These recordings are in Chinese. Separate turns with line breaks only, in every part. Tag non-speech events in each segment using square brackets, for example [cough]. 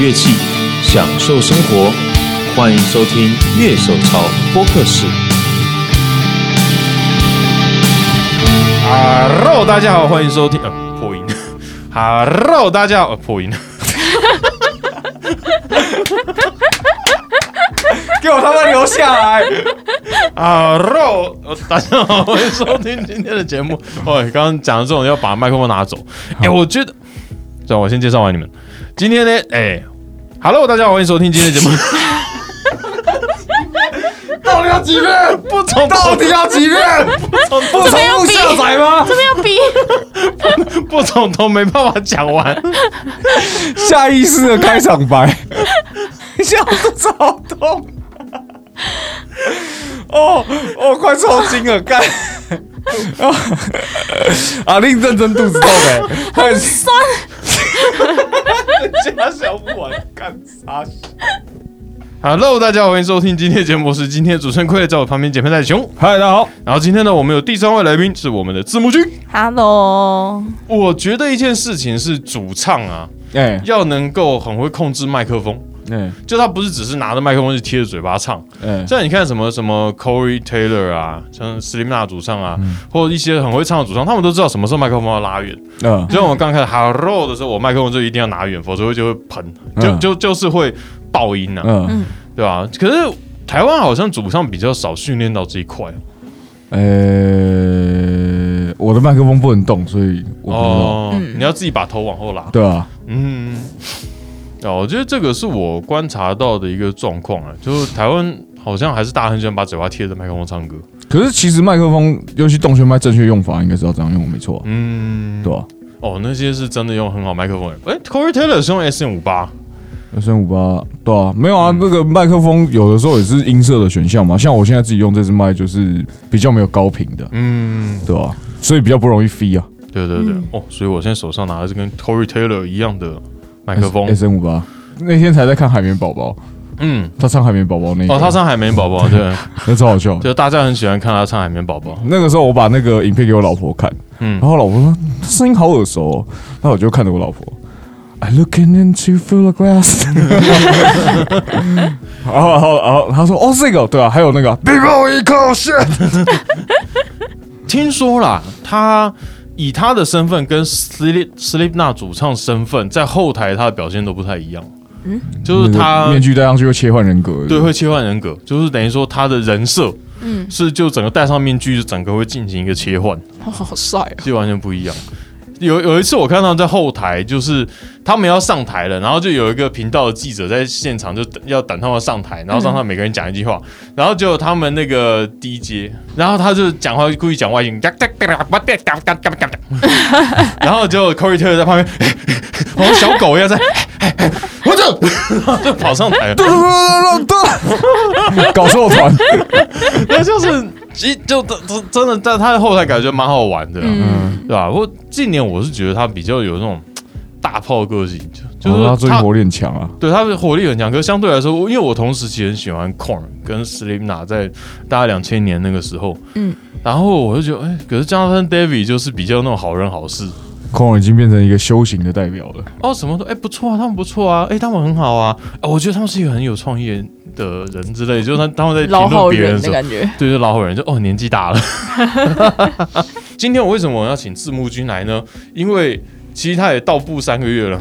乐器，享受生活。欢迎收听《乐手潮播客室》。Hello，大家好，欢迎收听。呃，破音。Hello，大家好，呃、破音。
给我他妈留下来！
啊肉，大家好，欢迎收听今天的节目。 [laughs] 喂，刚刚讲的这种要把麦克风拿走。哎、我觉得，这样我先介绍完你们。今天呢，哎、h e l l o 大家好，欢迎收听今天的节目。
[laughs] 到底要几遍？
不从
到底要几遍？不重复下载吗？
这边要逼，
不从头没办法讲完。
下意识的开场白，笑得超痛。 [laughs] 哦，哦，快抽筋了，干！阿令认真肚子痛哎、快
酸，
加小不完，干啥？
Hello，大家好，欢迎收听今天的节目，我是今天的主持人傀儡，在我旁边姐妹带熊。
嗨，大家好，
然后今天呢，我们有第三位来宾是我们的字幕君。
Hello，
我觉得一件事情是主唱啊，
哎、
要能够很会控制麦克风，
哎
就他不是只是拿着麦克风就贴着嘴巴唱。
哎，
像你看什么什么 Corey Taylor 啊，像 Slimna 主唱啊，或者一些很会唱的主唱，他们都知道什么时候麦克风要拉远。
嗯
就像我刚开始 Hello 的时候，我麦克风就一定要拿远，否则我就会喷，就
嗯
就就是会爆音啊，
嗯，
对吧、可是台湾好像主唱比较少训练到这一块
呃、我的麦克风不能动，所以我不知道。
哦，你要自己把头往后拉。
对啊，
嗯，啊，我觉得这个是我观察到的一个状况啊，就是台湾好像还是大家很喜欢把嘴巴贴着麦克风唱歌。
可是其实麦克风，尤其动圈麦，正确用法应该是要这样用，没错啊，
嗯，
对吧、啊？
哦，那些是真的用很好麦克风的。哎，Corey Taylor 是用 S M 五八，
二三五八，对啊，没有啊，那个麦克风有的时候也是音色的选项嘛，像我现在自己用这支麦就是比较没有高频的，
嗯，
对吧、啊所以比较不容易飞啊。
对对对，哦，所以我现在手上拿的是跟 Corey Taylor 一样的麦克风，
S N 五八，那天才在看《海绵宝宝》，
嗯，
他唱《海绵宝宝》那一
哦，他
段
唱海绵宝宝，对，
那超好笑。
就大家很喜欢看他唱海绵宝宝，
那个时候我把那个影片给我老婆看，
嗯
然，后我老婆说嗯声音好耳熟、哦，那我就看着我老婆，I looking into full glass，然后然后然后他说哦这个对啊，还有那个 b e f o r
听说啦，他以他的身份跟 Sleep Sleepna 主唱身份，在后台他的表现都不太一样。嗯，就是他
面具戴上去会切换人格，
对会切换人格，就是等于说他的人设
嗯，
是就整个戴上面具，就整个会进行一个切换，
哇，好帅啊！
就完全不一样。有有一次我看到在后台，就是他们要上台了，然后就有一个频道的记者在现场就等要等他们上台，然后让他们每个人讲一句话，然后就他们那个 DJ，然后他就讲话故意讲外音， [laughs] 然后就 Corey Taylor 在旁边， [laughs] 好像小狗一样在， [laughs] 我走， [laughs] 然后就跑上台了， [laughs]
搞错团，
那就是其就真真的在他的后台感觉蛮好玩的啊、
嗯，
对吧、不过近年我是觉得他比较有那种大炮个性，就
哦就是他
就是
追
他
火力很强啊，
对他的火力很强。可是相对来说，因为我同时期很喜欢 Korn 跟 Slimna，在大概两千年那个时候，嗯
嗯，
然后我就觉得，哎、可是 Jonathan David 就是比较那种好人好事。
空已经变成一个修行的代表了，
哦，什么都哎、不错啊，他们不错啊，哎、他们很好啊，啊我觉得他们是一个很有创意的人之类，就是他他们在
老
评
好
论别人的
人
时
的
候，
感觉，
对，就老好人就哦，年纪大了。 [laughs] 今天我为什么要请字幕君来呢？因为其实他也到步三个月了，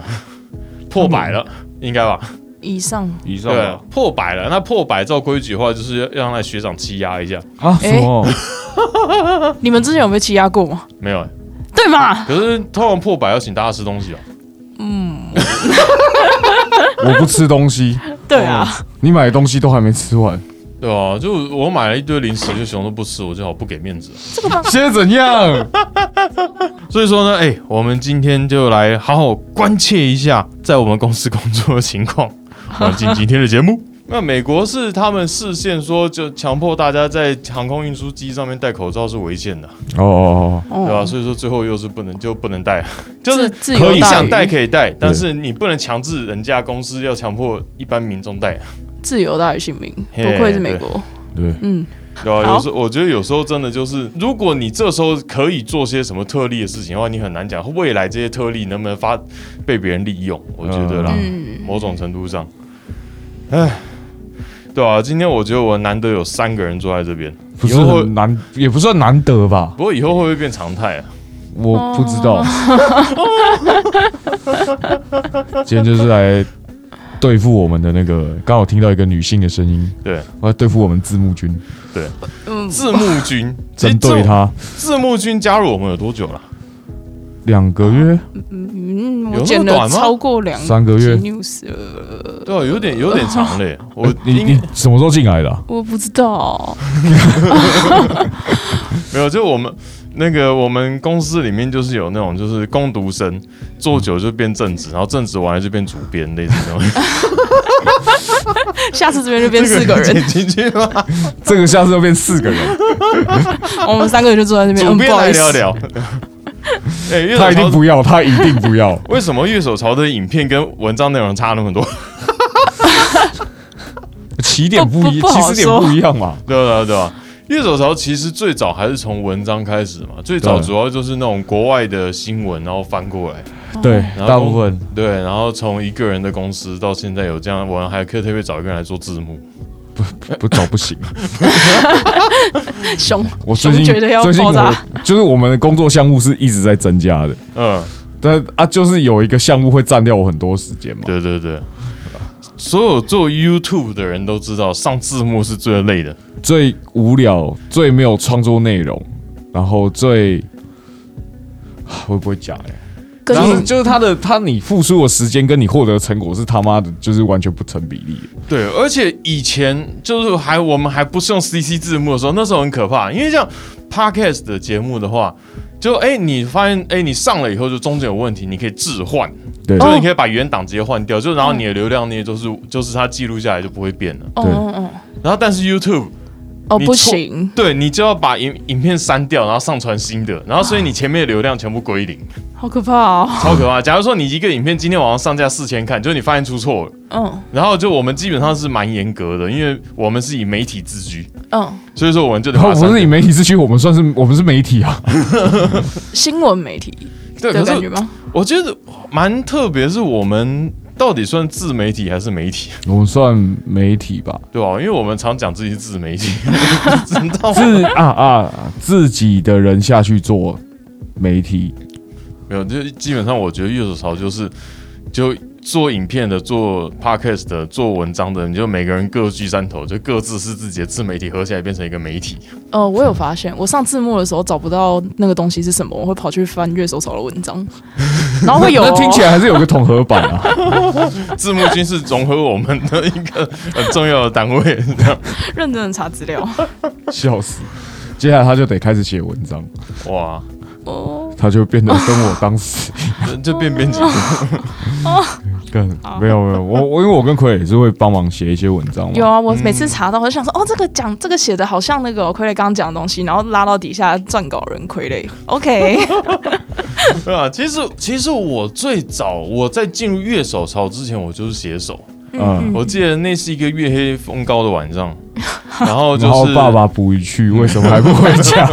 破百了，应该吧？
以上
以上
对，啊破百了。那破百照规矩的话，就是要让那学长欺压一下，
啊什么？
你们之前有没有欺压过吗？
没有欸、
对嘛？
可是通常破百要请大家吃东西哦。
我不吃东西，
对啊，
你买的东西都还没吃完，
对啊，就我买了一堆零食，就熊都不吃，我就好不给面子。
现在怎样？
所以说呢，哎、我们今天就来好好关切一下在我们公司工作的情况。我们进今天的节目。那美国是他们视线说，就强迫大家在航空运输机上面戴口罩是违宪的，
哦哦
对啊吧、
哦，
所以说最后又是不能就不能戴，啊就是
[laughs] 自由
你
大
想
于
戴可以戴，但是你不能强制人家公司要强迫一般民众戴。啊
自由大于性命，
嘿
不愧是美国，
哦，对，
嗯，
对啊，
好
有时候我觉得有时候真的就是，如果你这时候可以做些什么特例的事情的话，你很难讲未来这些特例能不能发被别人利用。我觉得啦，
嗯
某种程度上，哎，对啊，今天我觉得我难得有三个人坐在这边，
不是
以后会
很难，也不算难得吧？
不过以后会不会变常态啊？
我不知道。
哦
今天就是来对付我们的那个，刚好听到一个女性的声音，
对，
我要对付我们字幕君，
嗯，
字幕君，其实
[laughs] 针对
这
她
字幕君加入我们有多久了？
两个月、
有
嗯，
那
我
么
剪
短
了
吗
超过两
三个月
集 news 了，
对啊，有点有点长
[laughs]
嘞。我
呃你
应
你什么时候进来的 [laughs] 啊、
我不知道。
没有，就我们那个我们公司里面就是有那种就是攻读生，做久就变正职，然后正职完了就变主编，类似这
[laughs]
种。
下次这边就变四个人，
剪进去吗？
这个下次要变四个人， [laughs]
我们三个人就 [laughs] 坐在那边。
主
嗯，
编
不好
来
意思
聊，聊。 [laughs] 哎、月
他
手
一定
潮
不要，他一定不要。
为什么月手潮的影片跟文章内容差那么多？
起点不一，
不不
起
好
始点
说
不一样嘛。
对啊对啊对啊。月手潮其实最早还是从文章开始嘛，最早
对
主要就是那种国外的新闻，然后翻过来，
对，
然后
大部分
对，然后从一个人的公司到现在有这样，我们还可以特别找一个人来做字幕，
不找不 [laughs] 行。啊
熊
我最近
熊觉得要
最近
爆炸
我就是我们的工作项目是一直在增加的，
嗯。
但啊，就是有一个项目会占掉我很多时间嘛。
对对对，所有做 YouTube 的人都知道，上字幕是最累的。
最无聊、最没有创作内容，然后最会不会讲哎、
跟
然后
你
就是他的他你付出的时间跟你获得的成果是他妈的，就是完全不成比例的。
对，而且以前就是还我们还不是用 CC 字幕的时候，那时候很可怕，因为像 Podcast 的节目的话，就哎、你发现哎、你上了以后就中间有问题，你可以置换，
对，
就是你
哦嗯
可以把原档直接换掉，就然后你的流量那些就是就是它记录下来就不会变了。
哦
对
哦哦
然后但是 YouTube
哦
你
不
错
行，
对你就要把影影片删掉，然后上传新的，然后所以你前面的流量全部归零。
好可怕哦。
超可怕！假如说你一个影片今天晚上上架四千看，就是你发现出错了，
嗯
然后就我们基本上是蛮严格的，因为我们是以媒体自居，
嗯，
所以说我们就得
然
把
后
它
不
删
是
掉
以媒体自居，我们算是我们是媒体啊。 [laughs]
新闻媒体
对，
的
可
感觉
是
吗？
我觉得蛮特别，是我们到底算自媒体还是媒体， [laughs]
我们算媒体吧，
对啊吧？因为我们常讲自己是自媒体， [laughs] 知道吗？
自啊啊自己的人下去做媒体，
没有，就基本上我觉得乐手潮就是就。做影片的、做 podcast 的、做文章的，你就每个人各居山头，就各自是自己的自媒体，合起来变成一个媒体。
呃，我有发现，我上字幕的时候找不到那个东西是什么，我会跑去翻月手手的文
[laughs]
章，然后会哦有、啊
那听起
来
来还是有个统合版啊。 [laughs]
字幕君是融合我们的一个很重要的单位，这样
认真的查资料。
笑死！接下来他就得开始写文章，
哇，
哦，
他就变得跟我当时
这这变编辑，
更没有没有我我因为我跟奎也是会帮忙写一些文章嘛，
有啊，我每
嗯
次查到，我就想说，哦，这个讲这个写的好像那个哦傀儡刚刚讲的东西，然后拉到底下撰稿人傀儡。OK，
[laughs]
对啊，其实其实我最早我在进入乐手潮之前，我就是写手，
嗯，
我记得那是一个月黑风高的晚上，然后就
然后
是
爸爸捕鱼去，为什么还不回
[laughs]
家？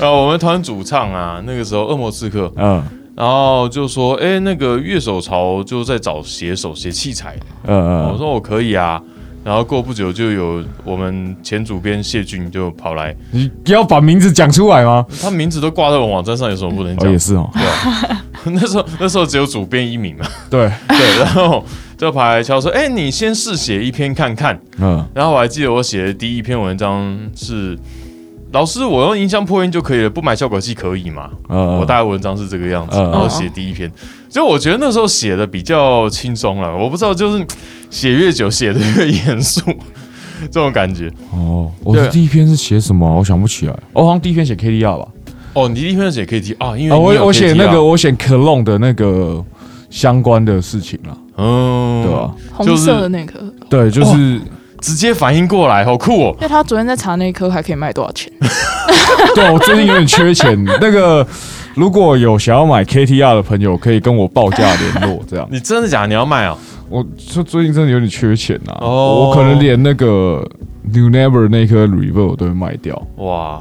呃我们团主唱啊，那个时候恶魔刺客，
嗯
然后就说哎、那个乐手潮就在找写手写器材，我
嗯嗯
说我可以啊。然后过不久就有我们前主编谢俊就跑来，
你要把名字讲出来吗？
他名字都挂在我网站上，有什么不能
哦，
讲
也？是哦，
对啊， [laughs] 那时候那时候只有主编一名嘛，
[laughs] 对，
对，然后就跑来敲说，哎、你先试写一篇看看。
嗯，
然后我还记得我写的第一篇文章是，老师我用音箱破音就可以了，不买效果器可以吗？
嗯
我大概文章是这个样子，
嗯
然后写第一篇，就我觉得那时候写的比较轻松了，我不知道就是写越久写的越严肃。这种感觉
哦，我的
对
第一篇是写什么啊？我想不起来，我好像第一篇写 KDR 吧，
哦，你第一篇写 K T 啊，因为
啊，
你有
我我写
KT 啊
那个，我写 Clone 的那个相关的事情啦，
嗯，
对啊吧？
红色的那颗，因
对， [laughs] 就是
直接反应过来，好酷哦！
为他昨天在查那一颗还可以卖多少钱。
对，我最近有点缺 [laughs] 钱。那个如果有想要买 KTR 的朋友，可以跟我报价联 [laughs] 络。这样，
你真的假的？你要卖啊？
我就最近真的有点缺钱啊。
哦
我可能连那个 New Never 那颗 Reverb 都会卖掉。
哇，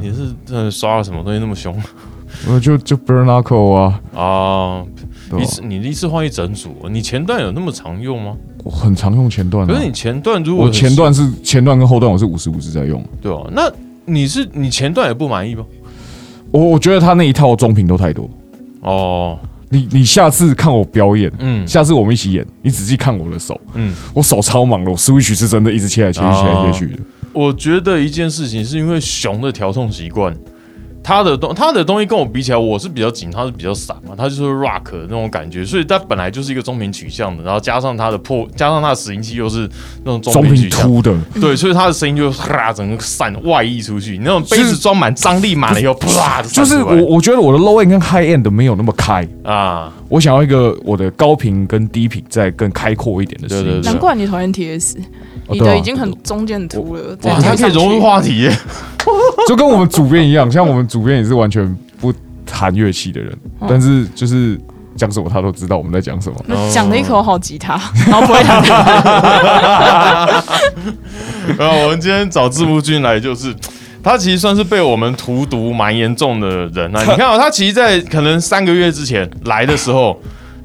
你是真的刷了什么东西那么凶
我就就 Bernacle 啊，
啊？
对
一
吧
次你一次换一整组，啊你前段有那么常用吗？
我很常用前段、啊。
可是你前段如果
我前段是前段跟后段我是五十五十在用。
对哦，那你是你前段也不满意吗？
我我觉得他那一套中频都太多。
哦，
你你下次看我表演，
嗯
下次我们一起演，你仔细看我的手，
嗯，
我手超忙的，我 switch 是真的一直切来切去，切来切去的。
我觉得一件事情是因为熊的调痛习惯，他的东他的东西跟我比起来，我是比较紧，他是比较散嘛，他就是 rock 的那种感觉，所以他本来就是一个中频取向的，然后加上他的破，加上他的拾音器又是那种哦
中
中频
频
取向。
凸的，
对，所以他的声音就啪，整个散外溢出去。你那种杯
就
子
是
装满张力满了以后，啪地
就
散出
是
来，
我我觉得我的 low end 跟 high end 没有那么开，
啊，
我想要一个我的高频跟低频再更开阔一点的声
对对
音。
对
难怪你讨厌 TS，
啊哦
你
对啊
的已经很中间很突了，
哇，
再
它可
推上
以
去
融入话题耶。
就跟我们主编一样，像我们主编也是完全不弹乐器的人，
哦
但是就是讲什么他都知道我们在讲什么。
那讲
哦
了一口好吉他，然后不会弹吉他，
然后我们今天找字幕君来，就是他其实算是被我们荼毒蛮严重的人 [laughs] 啊。你看、哦，他其实，在可能三个月之前来的时候，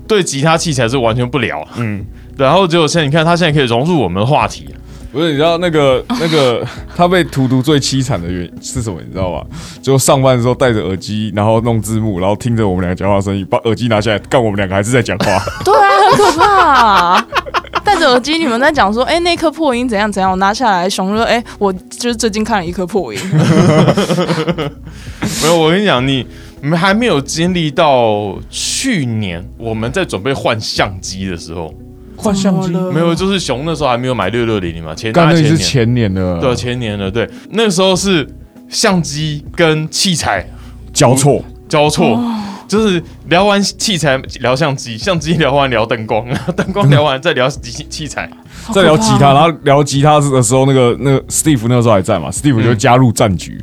对吉他器材是完全不聊，嗯。然后结果现在你看，他现在可以融入我们的话题，啊
不是，你知道那个 [laughs] 那个他被荼毒最凄惨的原因是什么？你知道吗？就上班的时候戴着耳机，然后弄字幕，然后听着我们俩讲话的声音，把耳机拿下来，干我们两个还是在讲话。
对啊，很可怕、啊。戴着耳机，你们在讲说，哎、那颗破音怎样怎样，我拿下来，熊说，哎、我就是最近看了一
[laughs]
颗破音，
没有，我跟你讲，你你们还没有经历到去年我们在准备换相机的时候，
[laughs] 换相机
怎么了
没有，就是熊那时候还没有买六六零零嘛，前
干
大
那
概
是
前年
前年的
对啊前年了，对，那时候是相机跟器材
交错，
交错，
哦
就是聊完器材聊相机，相机聊完聊灯光， [laughs] 灯光聊完再聊器器
[laughs]
材。
在聊吉
好可
他，
怕
然后聊吉他的时候，那个那个 Steve 那时候还在嘛，Steve
嗯
就加入战局，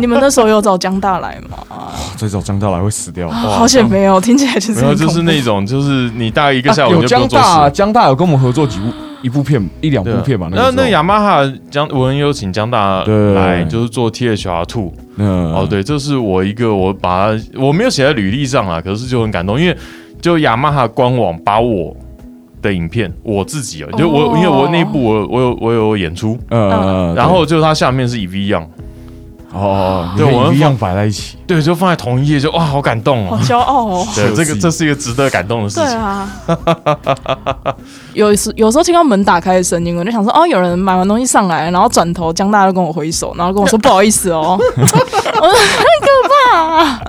你们那时候有找江大来吗？
啊这时候张大来会死掉。
好险没有，听起来就是
没有，
很
就是
恐怖
那种，就是你大概一个下
啊
午你就
有
不
江
用做
大，
事。
江大有跟我们合作几部一部片一两部
对啊
片嘛，
那
那
那雅马哈江，我们有请江大
对
来，就是做 THR Two。
哦
哦，，对，这是我一个我把它我没有写在履历上啊，可是就很感动，因为就雅马哈官网把我的影片我自己啊，就我、
哦
因为我那一部我我有我有演出，
呃
然后就它下面是 EV 样，
哦，
对
你看
我们
一样摆在一起，
对，就放在同一页，就哇，好感动
好
哦。
骄傲哦。
对，这个
设计
这是一个值得感动的事
对
情。
啊，有时有时候听到门打开的声音，我就想说，哦，有人买完东西上来，然后转头江大就跟我挥手，然后跟我说不好意思哦， [laughs] 我说很可怕、啊。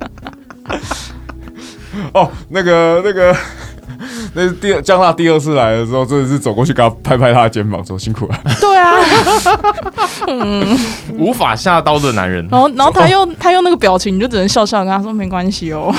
哦，那个那个， [laughs] 那是第二江大第二次来的时候，真的是走过去给他拍拍他的肩膀，说辛苦了。 [laughs]
对啊，
无法下刀的男人，
然后然后他用他用那个表情，你就只能笑笑地跟他说没关系哦。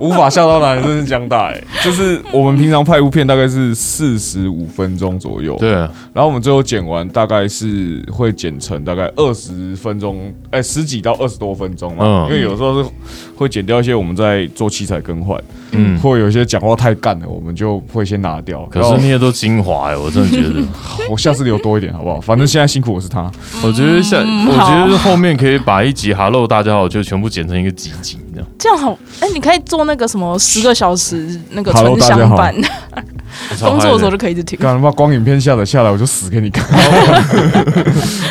无法笑到男人，真是江大哎、就是我们平常拍一部片大概是四十五分钟左右，
对，啊
然后我们最后剪完大概是会剪成大概二十分钟，哎、十几到二十多分钟
嗯
嘛，因为有时候是会剪掉一些我们在做器材更换，
嗯
嗯，或有一些讲话太干了，我们就会先拿掉。
可
然
是
后
那些都精华哎，我真的觉
嗯
得，
我下次留多一点好不好？反正现在辛苦我是他，
我觉得像，
嗯
我觉得后面可以把一集 “Hello 大家好”就全部剪成一个集锦这样，
这样好，哎、你可以做那个什么十个小时那个
Hello，
纯享版，
超
工作的时
嗨
候就可以一直听。
干嘛光影片下载下来我就死给你
[laughs]
看。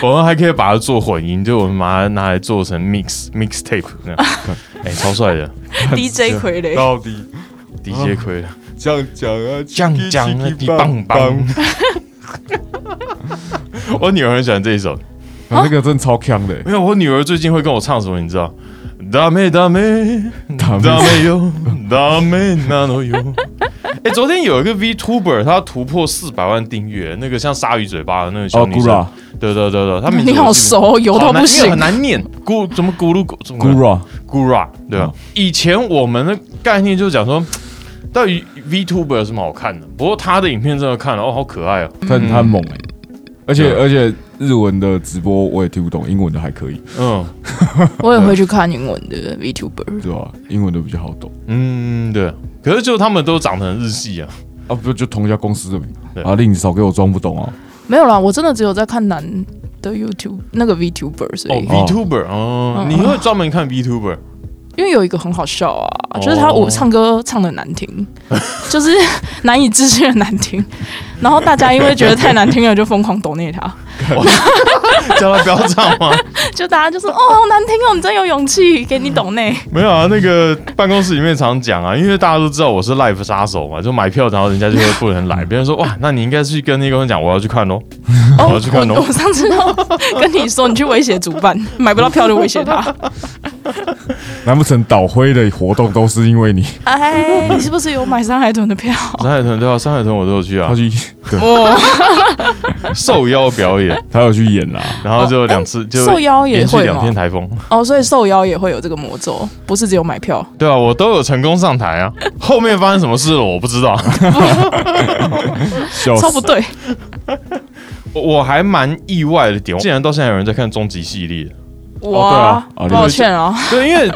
我们还可以把它做混音，就我们把它拿来做成 mix mixtape
[laughs]
那样，哎、超帅的
DJ
啊
傀儡，
到底
DJ 亏了，
这样讲啊，
这样讲啊，你棒棒。 [laughs] 我女儿很喜欢这一首，
啊那个真的超强的、欸。
没有，我女儿最近会跟我唱什么，你知道？ダメダメ
ダメ
ダメよダメなのよ。哎、昨天有一个 VTuber，他突破四百万订阅，那个像鲨鱼嘴巴的那个小
哦
女生，
，Gura
对对对对，她名字
你好
我记不
熟，油
好
到
难
不
因为
行
很。难念，咕怎么咕噜咕怎么
Gura，
Gura，对吧、
嗯
以前我们的概念就是讲说，到底 VTuber 有什么好看的？不过他的影片真的看了，哦，好可爱哦。
他他很猛哎、而且
对啊
而且日文的直播我也听不懂，英文的还可以，
嗯
我也会去看英文的 VTuber。
对吧？英文的比较好懂
嗯，对。可是就他们都长得很日系啊，
啊，不就同一家公司的吗
对
啊，令你少给我装不懂哦、
没有啦，我真的只有在看男的 YouTube 那个 VTuber，所
哦
以、
，VTuber 哦，
嗯
你会专门看 VTuber？
因为有一个很好笑啊，
哦
就是他我唱歌唱的难听， [laughs] 就是难以置信的难听，然后大家因为觉得太难听了就疯狂抖内他，
[laughs] 叫他不要唱吗？
就大家就说哦好难听哦，你真有勇气，给你抖内，
没有啊，那个办公室里面常讲啊，因为大家都知道我是 live 杀手嘛，就买票，然后人家就会不能来。别人说哇，那你应该去跟那个人讲，我要去看哦。
哦，
我要去看哦
我我上次有跟你说，你去威胁主办， [laughs] 买不到票就威胁他。
难不成倒灰的活动都是因为你？
哎， [laughs] 你是不是有买山海豚的票？
山海豚对啊，山海豚我都有去 [laughs] 啊
他，去， [laughs] 对，
哦，
[laughs] 受邀表演，
他有去演啦。
然后就两次就
受邀也
连续
会
两天
吗？
台风，
哦，所以受邀也会有这个魔咒，不是只有买票。
对啊，我都有成功上台啊。后面发生什么事了我不知道，
笑
超不
死！
对，
我我还蛮意外的点，竟然到现在有人在看终极系列，
哇，
哦对啊哦
抱歉啊，
[laughs] 对，因为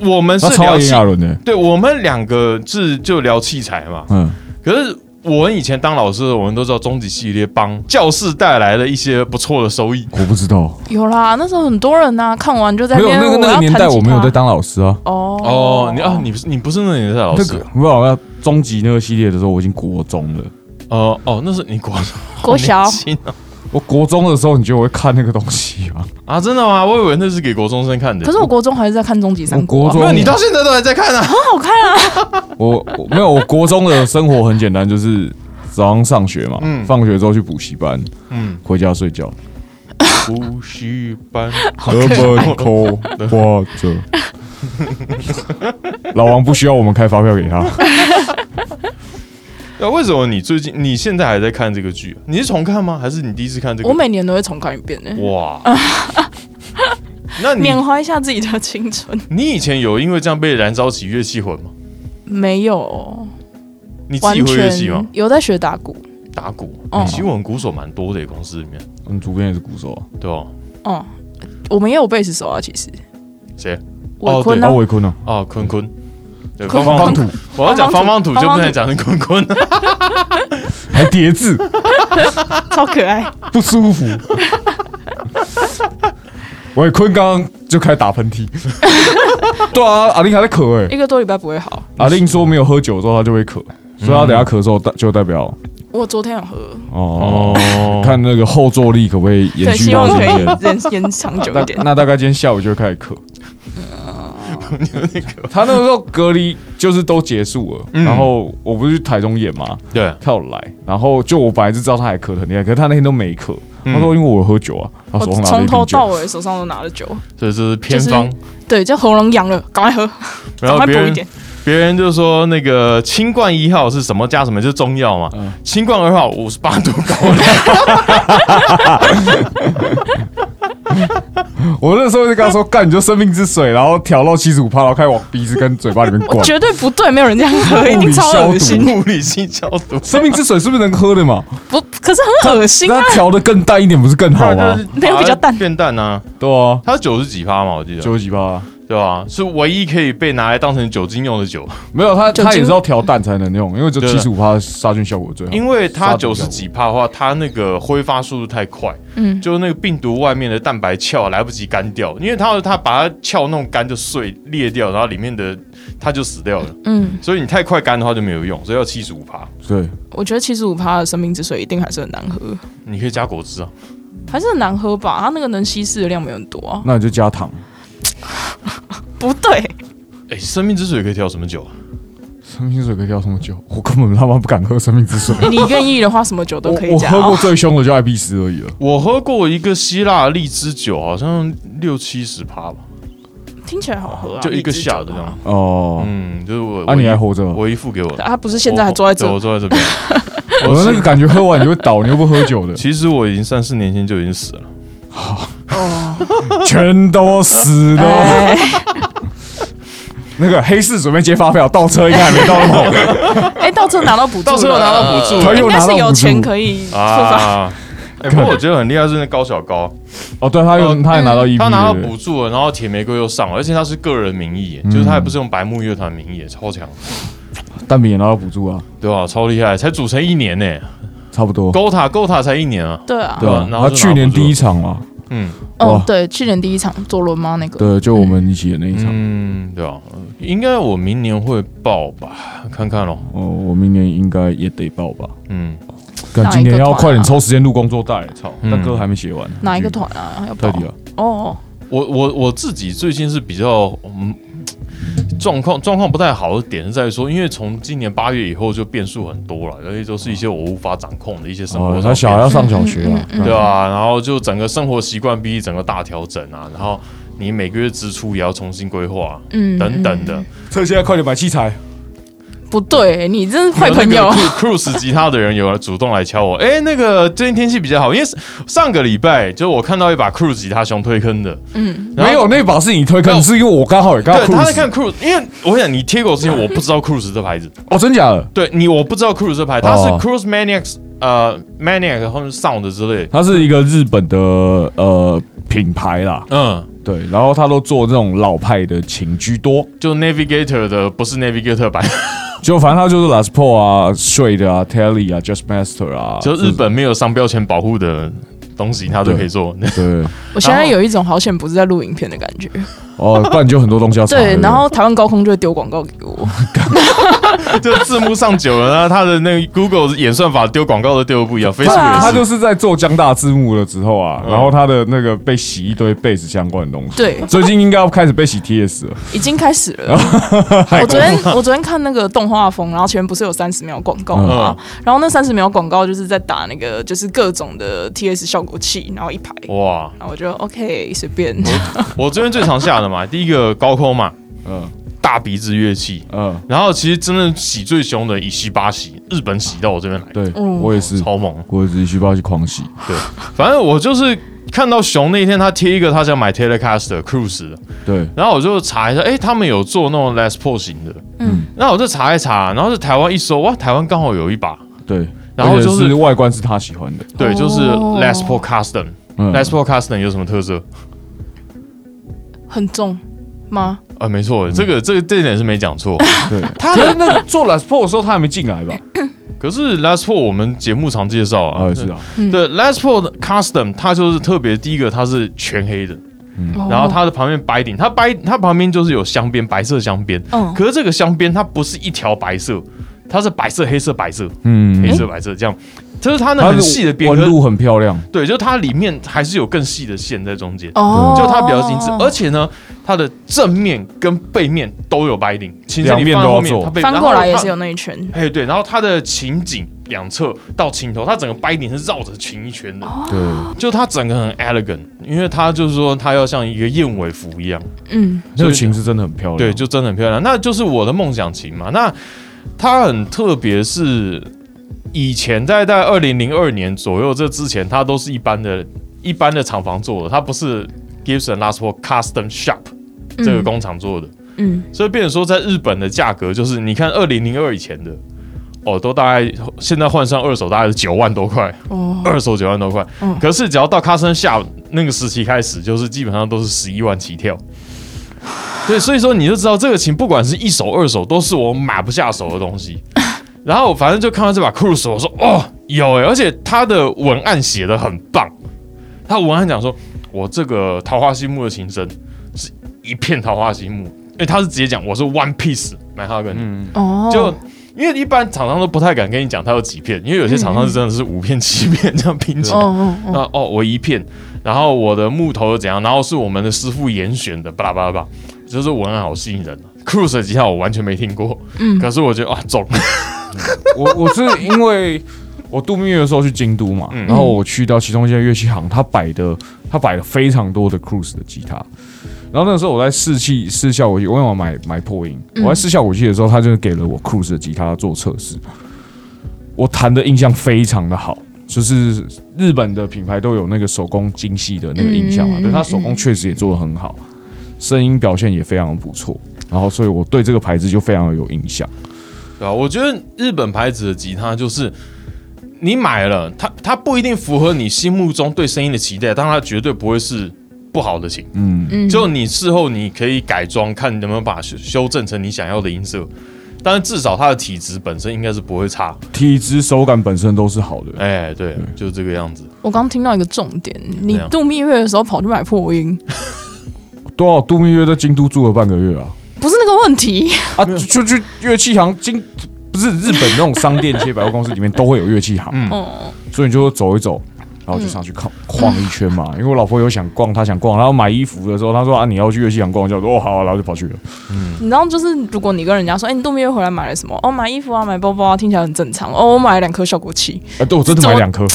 我们是
他超
聊
爱炎
器
亚，纶的，
对我们两个是就聊器材嘛，
嗯，
可是我们以前当老师，我们都知道终极系列帮教室带来了一些不错的收益。
我不知道，
有啦，那时候很多人呐，看完就在
没有
边
那个那个年代我没有在
当
当老师啊。
哦
哦，你啊，你不是你不是那年代老
那
师啊
个，没有，那终极那个系列的时候，我已经国中了。
哦哦，那是你国
国小
[laughs] 好年轻哦
我国中的时候，你觉得我会看那个东西吗？ [laughs]
啊，真的吗？我以为那是给国中生看的。
可是我国中还是在看《终极三国
我》
啊
国，中
没有，你到现在都还在看啊？
很好看啊。
[laughs] 我我没有，我国中的生活很简单，就是早上上学嘛，
嗯
放学之后去补习班，
嗯，
回家睡觉。
补习班，
何本抠挂
[laughs]
着，老王不需要我们开发票给他。
那为什么你最近你现在还在看这个剧啊？你是重看吗？还是你第一次看这个？
我每年都会重看一遍呢， [laughs]
哇，那你
缅怀一下自己的青春。
嗯
你以前有因为这样被燃烧起乐器魂吗？
没有，
你自己
完
会乐器吗
全？有在学打鼓。
打鼓，
嗯
其实我们鼓手蛮多的耶，公司里面，
我们主编也是鼓手啊，
对吧？
哦，我们也有贝斯手啊，其实
谁？
哦
我坤
那
包
呢，
伟坤啊，
哦，坤坤，对，
坤
方
方
方
土
土，我要讲方方
方方
土
土
就不能讲成坤坤，
[laughs]
还
[laughs]
叠字，
[laughs] 超可爱。
不舒服。伟坤刚刚就开始打喷
[laughs]
嚏。对啊，阿令还在咳哎、
一个多礼拜不会好。
阿令啊说没有喝酒之后他就会咳，所以他等下咳嗽代就代表
我昨天有喝，
哦，
哦
看那个后坐力可不可以延
对，
续
希
到
望
今
可以
天。
延 [laughs] 延长久一点
那。 [laughs] 那大概今天下午就会开始咳。他那个时候隔离就是都结束了，
嗯
然后我不是去台中演嘛，
对，
他有来，然后就我本来是知道他还咳得很厉害，可是他那天都没咳，
嗯
他说因为我有喝酒啊，他
我
手上拿了
从
一
头
瓶
到
酒，
尾手上都拿了酒，
所以这是偏方。
对，就喉咙痒了，赶快喝，
然
赶
后
快
别
补一
人
点。
别人就说那个清冠一号是什么加什么，就是中药嘛。
嗯
清冠二号五十八度高
我那时候就跟他说，干你就生命之水，然后调到七十五帕，然后开始往鼻子跟嘴巴里面
[laughs]
灌。
绝对不对，没有人这样
[laughs]
喝，一定超恶心。
物理性消
[laughs]
毒，
生命之水是不是能喝的嘛？
不，可是很恶心啊
那！调的更淡一点不是更好吗？
那个比较淡
变淡啊。
对啊，
它九十几趴嘛，我记得，
九十几帕啊，
对吧？是唯一可以被拿来当成酒精用的酒，
没有他
酒精
他也是要调淡才能用，因为就
对啊
七十五帕杀菌效果最好。
因为它
杀毒
九
效
十
果
几趴的话，它那个挥发速度太快。
嗯，
就那个病毒外面的蛋白壳来不及干掉，因为它它把它壳弄干就碎裂掉，然后里面的它就死掉了。
嗯，
所以你太快干的话就没有用，所以要七十五趴。
对，
我觉得七十五趴的生命之水一定还是很难喝，
你可以加果汁啊，
还是很难喝吧？它那个能稀释的量没有很多啊。
那你就加糖。
不对，
哎，生命之水可以调什么酒啊？
生命之水可以调什么酒？我根本他妈不敢喝生命
[laughs]
之水。
你愿意的话，什么酒
我
都可以
我
加
喝过
哦。
最凶的就艾必斯而已了。
我喝过一个希腊荔枝酒，好像六七十趴吧，
听起来好喝啊，
就一个
荔枝酒
下的
的
这样
话。。
哦，
嗯，就是我。
啊，
我
你
姨
还活着吗？
我姨父给我的。
他不是啊现在还
哦
坐在这
对我坐在这边。
我
我
那个
是
感觉喝完你会倒，你又不喝酒
[laughs]，
的
其实我已经三四年前就已经死了。
哦，
全都死了。
[laughs] 哎
那个黑市准备接发票，倒车应该还没到呢。
[laughs]
[laughs] 哎，到这拿到补助
到
了，
时候拿到补助
他
了
又
应该
拿
是
到
有
补
钱
助。
可以出发。
啊！哎，不过我觉得很厉害是那高小高，嗯
哦，对，他又他也拿到一，
他拿到补助了，然后铁玫瑰又上了，而且他是个人名义耶，
嗯
就是他也不是用白木乐团名义耶，超强，
蛋饼也拿到补助啊。
对吧、超厉害，才组成一年呢，
差不多。
，GOTA GOTA 才一年啊，
对啊，
对啊，
然后
他
就
去年第一场嘛，
嗯
嗯
哇，
对，去年第一场左轮猫那个，
对，就我们一起的那一场。
嗯，对啊，呃应该我明年会报吧，看看咯，
哦，我明年应该也得报吧。
嗯，
但
哪一
今天
个
要
团啊
快点抽时间录工作带，操，
嗯
但歌还没写完。
哪一个团啊？要
到
报
底啊？
哦哦，
我我我自己最近是比较嗯。状况状况不太好的点是在于说，因为从今年八月以后就变数很多了，而且都是一些我无法掌控的一些生活
哦
上，
他
的
小
变
孩
数
要上
嗯
小学啊，
对啊，然后就整个生活习惯必须整个大调整啊，然后你每个月支出也要重新规划、
嗯，
等等
嗯
的。
趁现在快点买器材。
不对，你真是坏朋友。
，Cruise 吉他的人有人主动来敲我，哎，那个最近天气比较好，因为上个礼拜就我看到一把 Cruise 吉他熊推坑的，
嗯，
然
没
后
有，那把是你推
没有
坑，是因为我刚好也刚
对，他在
cruise
看 Cruise，因为我想你贴给我之前我不知道 Cruise 这
[laughs]
牌子，
哦，真假的？
对你我不知道 Cruise 这牌，它是
哦
Cruise Maniacs 呃 Maniac 后面 Sound 之类的，
它是一个日本的呃品牌啦，
嗯。
对，然后它都做这种老派的琴居多，
就 Navigator 的不是 Navigator 版，
就反正它就是 Les Paul 啊、Stray 的啊、Telly 啊、Just Master 啊，
就日本没有商标权保护的东西，它都可以做。 [laughs]
对，
[laughs] 我现在有一种好险不是在录影片的感
[laughs]
觉。
哦，不然就很多东西要查
对，
不
然后台湾高空就会丢广告给
[laughs]
我。
这字幕上久了，那他的那个 Google 演算法丢广告都丢的不一样，Facebook
啊
也
他
是。
啊就是在做江大字幕的时候啊，
嗯
然后他的那个被洗一堆贝斯相关的东西。
对，
最近应该要开始被洗 TS 了，
已经开始了。
[laughs] 哎
我昨天 [laughs] 我昨天看那个动画风，然后前面不是有三十秒广告吗？
嗯
然后那三十秒广告就是在打那个就是各种的 TS 效果器，然后一排，
哦
哇，
然后我就 OK 随便。
我这边最常下的嘛，第一个高空嘛，
嗯
大鼻子乐器，
嗯，
然后其实真的洗最凶的以西巴洗，日本洗到我这边来，
对
嗯
我也是，
超猛。
我也是去包去狂洗，
对，反正我就是看到熊那一天，他贴一个他想买 Telecaster Cruise 的，
对，
然后我就查一下，诶，他们有做那种 Les Paul 型的，嗯
嗯，
那我就查一查，然后是台湾一搜，哇，台湾刚好有一把，
对，
然后
而且
就是
是外观是他喜欢的，
对，就是 Les
哦
Paul Custom。
嗯
Les Paul Custom 有什么特色？
[laughs] 很重吗？
啊，没
嗯
错，这个这个这一点是没讲
[laughs]
错。
对，
[laughs] 他
可是那个做 Les Paul 的时候他还没进来
[laughs]
吧？
可是 Les Paul 我们节目常介绍啊，
啊，是啊，
对 Les Paul Custom 它就是特别第一个，它是全黑的，
哦
然后它的旁边白顶，它白它旁边就是有镶边，白色镶边。
嗯
可是这个镶边它不是一条白色，它是白色、黑色、白色、黑
嗯，
色、白色这样，就是它那
它
很细的边，
纹
可是
路很漂亮，
对，就是它里面还是有更细的线在中间。
哦，
就它比较精致，而且呢，它的正面跟背面都有白领，其实
两
你
面
放在
都要
后面
做
它背
翻过来也
然
是。有
后
那一圈。
它哎，对，然后它的琴颈两侧到琴头，它整个白领是绕着琴一圈的，
哦
对，
就它整个很 elegant，因为它就是说它要像一个燕尾服一样，
哦
嗯，
那个琴是真的很漂亮，
对，就真的很漂亮。那就是我的梦想琴嘛。那它很特别，是以前在在二零零二年左右这之前，它都是一般的、一般的厂房做的，它不是 Gibson Les Paul Custom Shop 这个工厂做的。
嗯，
所以变成说，在日本的价格就是，你看二零零二以前的，哦，都大概现在换算二手大概是九万多块，
哦，
二手九万多块。
嗯
可是只要到卡森下那个时期开始，就是基本上都是十一万起跳。对，所以说你就知道这个琴，不管是一手二手，都是我买不下手的东西。然后反正就看到这把 Cruise，我说哦有诶、而且它的文案写的很棒。它文案讲说，我这个桃花心木的琴身是一片桃花心木，因为它是直接讲我是 one piece 买它跟你。
嗯，
哦，
就因为一般厂商都不太敢跟你讲它有几片，因为有些厂商是真的是五片、七片这样拼起
哦
来。
哦哦，
那哦，我一片，然后我的木头又怎样，然后是我们的师傅严选的，巴拉巴拉巴拉，就是文案好吸引人、啊。Cruise 的吉他我完全没听过，
嗯
可是我觉得啊中，
我我是因为我度蜜月的时候去京都嘛，
嗯
然后我去到其中一间乐器行，他摆的他摆了非常多的 Cruise 的吉他。然后那个时候我在试器试效果器，我想买买破音。
嗯
我在试效果器的时候，他就给了我 Cruise 的吉他做测试。我弹的印象非常的好，就是日本的品牌都有那个手工精细的那个印象嘛，
嗯
对，
嗯
它手工确实也做得很好，声音表现也非常的不错。然后，所以我对这个牌子就非常的有印象。
对吧、啊我觉得日本牌子的吉他就是你买了它，它不一定符合你心目中对声音的期待，但它绝对不会是不好的琴。
嗯，
嗯，
就你事后你可以改装，看你能不能把它修修正成你想要的音色。但是至少它的体质本身应该是不会差。
体质手感本身都是好的。
哎、对，就是这个样子。
我刚听到一个重点，你
怎样
度蜜月的时候跑去买破音， [laughs]
多少度蜜月在京都住了半个月啊？
不是那个问题。
啊，就去乐器行京。不是日本那种商店街、百货公司里面都会有乐器行，
嗯
哦，
所以你就走一走，然后就上去逛逛一圈 [laughs] 嘛。因为我老婆有想逛，她想逛，然后买衣服的时候，她说啊你要去乐器行逛，我就说哦好、啊，然后就跑去了。
你知道，就是如果你跟人家说，哎、你度蜜月回来买了什么？哦，买衣服啊，买包包啊，听起来很正常。哦，我买了两颗效果器。 [laughs]
哎，对我真的买两颗，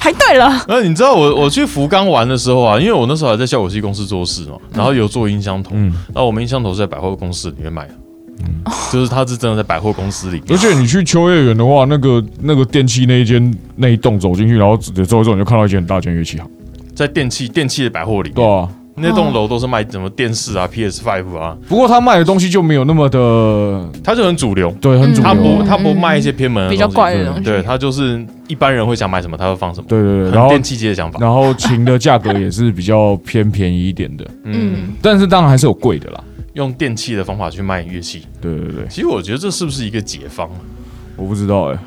还对了，
那你知道我我去福冈玩的时候啊，因为我那时候还在效果器公司做事嘛，然后有做音箱头，
嗯，
那我们音箱头是在百货公司里面买的，就是它是真的在百货公司里
而
面。
且你去秋叶原的话，那个那个电器那一间那一栋走进去，然后走一走你就看到一间很大间乐器行，
在电器电器的百货里
对
面，
啊。哦
那栋楼都是卖什么电视啊、PS Five 啊，
不过他卖的东西就没有那么的
它就很主流，
对，很主
它不
流
嗯。
它不卖一些偏门的
比较
东西
怪的东西。
对，它就是一般人会想买什么，它会放什么，
对对对，然
很
后
电器街的想法。
然后琴的价格也是比较偏便宜一点的，
嗯，
但是当然还是有贵的啦。
用电器的方法去卖乐器，
对对对，
其实我觉得这是不是一个解放啊？
我不知道哎、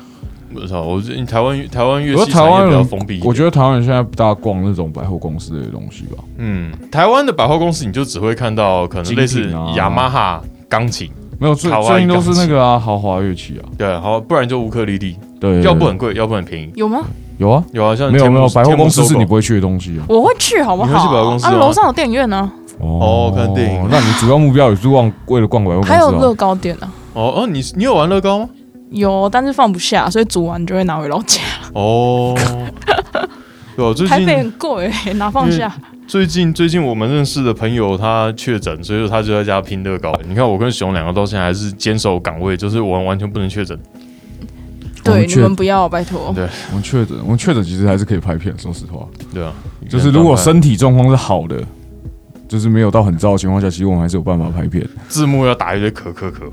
我操，我觉得台湾台湾乐
我
器
觉得
产
台
业
湾
比较
人
封闭一点，
我觉得台湾人现在不大逛那种百货公司的东西吧。
嗯，台湾的百货公司你就只会看到可能类似
精品啊
雅马哈钢琴，
没有，最
卡哇伊
最近都是那个啊，豪华乐器啊，
对，好，不然就乌克丽丽，
对，
要不很贵，要不很便宜。
有吗？
有啊，
有啊，像
没有
天
没
幕
有，百货公司是你
天幕
不会去的东西啊。
我会去，好不
你会去百货
好
公？司
啊，
吗
楼上有电影院呢、
哦看电影
那你主要目标也是逛为了逛百货公司、啊，
还有乐高店呢、
搜狗哦哦，你你有玩乐高吗？
有，但是放不下，所以煮完就会拿回老家。
哦，对啊，最
台北
近
很贵、拿放下。
最近最近我们认识的朋友他确诊，所以说他就在家拼乐高。你看我跟熊两个到现在还是坚守岗位，就是我们完全不能确诊。
我
对，
们
你
确
们不要，拜托
对。
我们确诊，我们确诊其实还是可以拍片。说实话，
对啊，
就是如果身体状况是好的，就是没有到很糟的情况下，其实我们还是有办法拍片。
字幕要打一堆咳咳咳，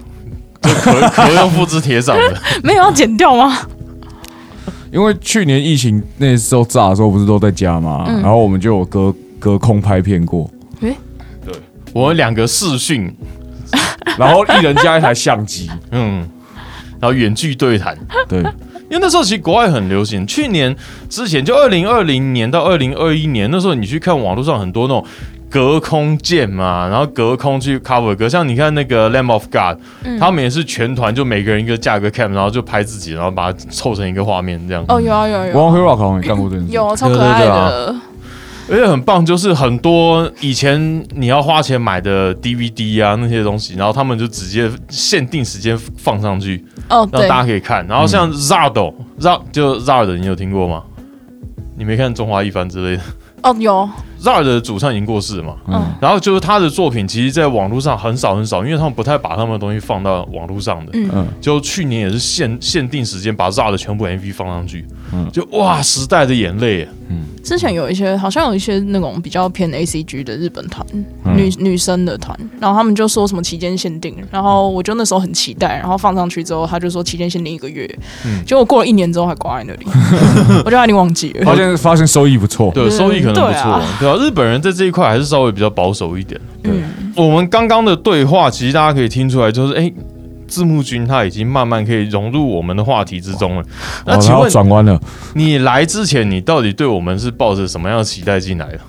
这 [laughs] 咳咳要复制贴上的。
没有要剪掉吗？
因为去年疫情那时候炸的时候，不是都在家嘛，
嗯
然后我们就有隔隔空拍片过，
我们两个视讯，
然后一人加一台相机，
嗯，然后远距对谈。
对，
因为那时候其实国外很流行，去年之前就二零二零年到二零二一年，那时候你去看网络上很多那种隔空键嘛，然后隔空去 cover 歌，像你看那个 Lamb of God，、他们也是全团就每个人一个架个 cam，然后就拍自己，然后把它凑成一个画面这样，
哦，有啊，有啊有啊
王 Hero 好像也干过这件事，
有啊，超
对
可
对
爱
对
的。
而且很棒，就是很多以前你要花钱买的 DVD 啊那些东西，然后他们就直接限定时间放上去，
哦，
让
对
大，家可以看。然后
嗯
像 Zardo、Zard 就 Zard，你有听过吗？你没看《中华一番》之类的
哦有，
？Zard 的主唱已经过世了嘛。
嗯
然后就是他的作品，其实在网络上很少很少，因为他们不太把他们的东西放到网络上的。
嗯，
嗯，
就去年也是限限定时间把 Zard 的全部 MV 放上去，
嗯
就哇，时代的眼泪耶。
之前有一些好像有一些那种比较偏 A C G 的日本团，
嗯
女女生的团，然后他们就说什么期间限定，然后我就那时候很期待，然后放上去之后，他就说期间限定一个月，结果过了一年之后还挂在那里，我就他已经
[laughs]
忘记了
发。现发现收益不错，
对，
嗯
收益可能不
对
错，
啊
对啊，日本人在这一块还是稍微比较保守一点。
嗯，
我们刚刚的对话，其实大家可以听出来，就是哎、诶字幕君他已经慢慢可以融入我们的话题之中了。那
哦
请
然后
问
转弯了，
你来之前，你到底对我们是抱着什么样的期待进来的？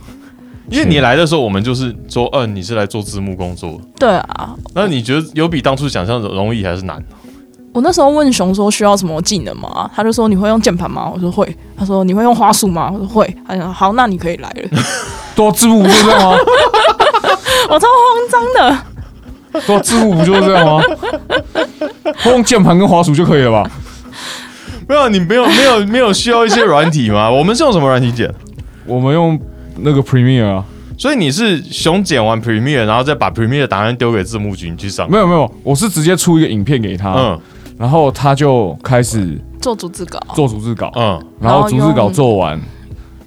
因为你来的时候，我们就是说，嗯、你是来做字幕工 [laughs] 作的。
对啊，
那你觉得有比当初想象的容易还是难？
我那时候问熊说需要什么技能吗？他就说你会用键盘吗？我说会。他说你会用花束吗？我说会。他说好，那你可以来了。
多字幕不就这样吗？
我超慌张的。
多字幕不就这样吗？用键盘跟滑鼠就可以了吧？
没有，你没有没有没有需要一些软体 [laughs] 吗？我们是用什么软体剪？
我们用那个 Premiere 啊，
所以你是熊剪完 Premiere，然后再把 Premiere 的答案丢给字幕君去上。
没有没有，我是直接出一个影片给他，
嗯
然后他就开始
做逐字稿，
做逐字稿，
嗯，
然后逐字
然后
稿
用
做完，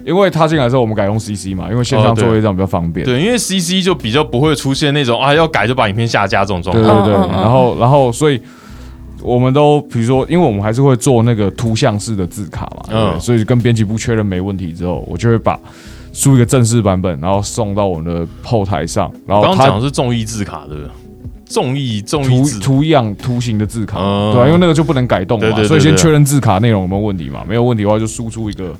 因为他进来之后我们改用 CC 嘛，因为线
哦
上
对
作业这样比较方便。
对，因为 CC 就比较不会出现那种啊要改就把影片下架这种状
对
况。
对对，
嗯嗯嗯
然后然后所以我们都比如说，因为我们还是会做那个图像式的字卡嘛，对不对
嗯
所以跟编辑部确认没问题之后，我就会把出一个正式版本，然后送到我们的后台上，然
我
后
刚刚讲
他
的是综艺字卡，对不对？综艺综艺
图
字
图样图形的字卡，
嗯
对啊，因为那个就不能改动
对对
嘛，
对
所以先
对
确认字卡内容有没有问题嘛，没有问题的话就输出一个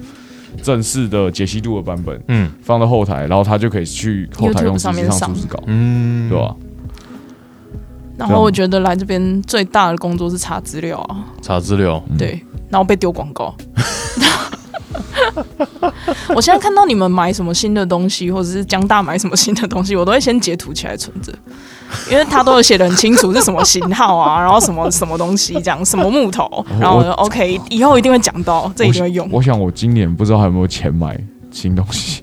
正式的解析度的版本
嗯
放到后台，然后他就可以去后台
YouTube
用知
上
识
面
上
上
逐字稿，
嗯，
对吧？
然后我觉得来这边最大的工作是查资料啊，
查资料，
对，然后被丢广告。 [laughs] 我现在看到你们买什么新的东西，或者是江大买什么新的东西，我都会先截图起来存着，因为他都有写的很清楚是什么型号啊， [laughs] 然后什么什么东西这样，什么木头，然哦后我就 OK，以后一定会讲到，这一定会用。
我想我今年不知道还有没有钱买新东西，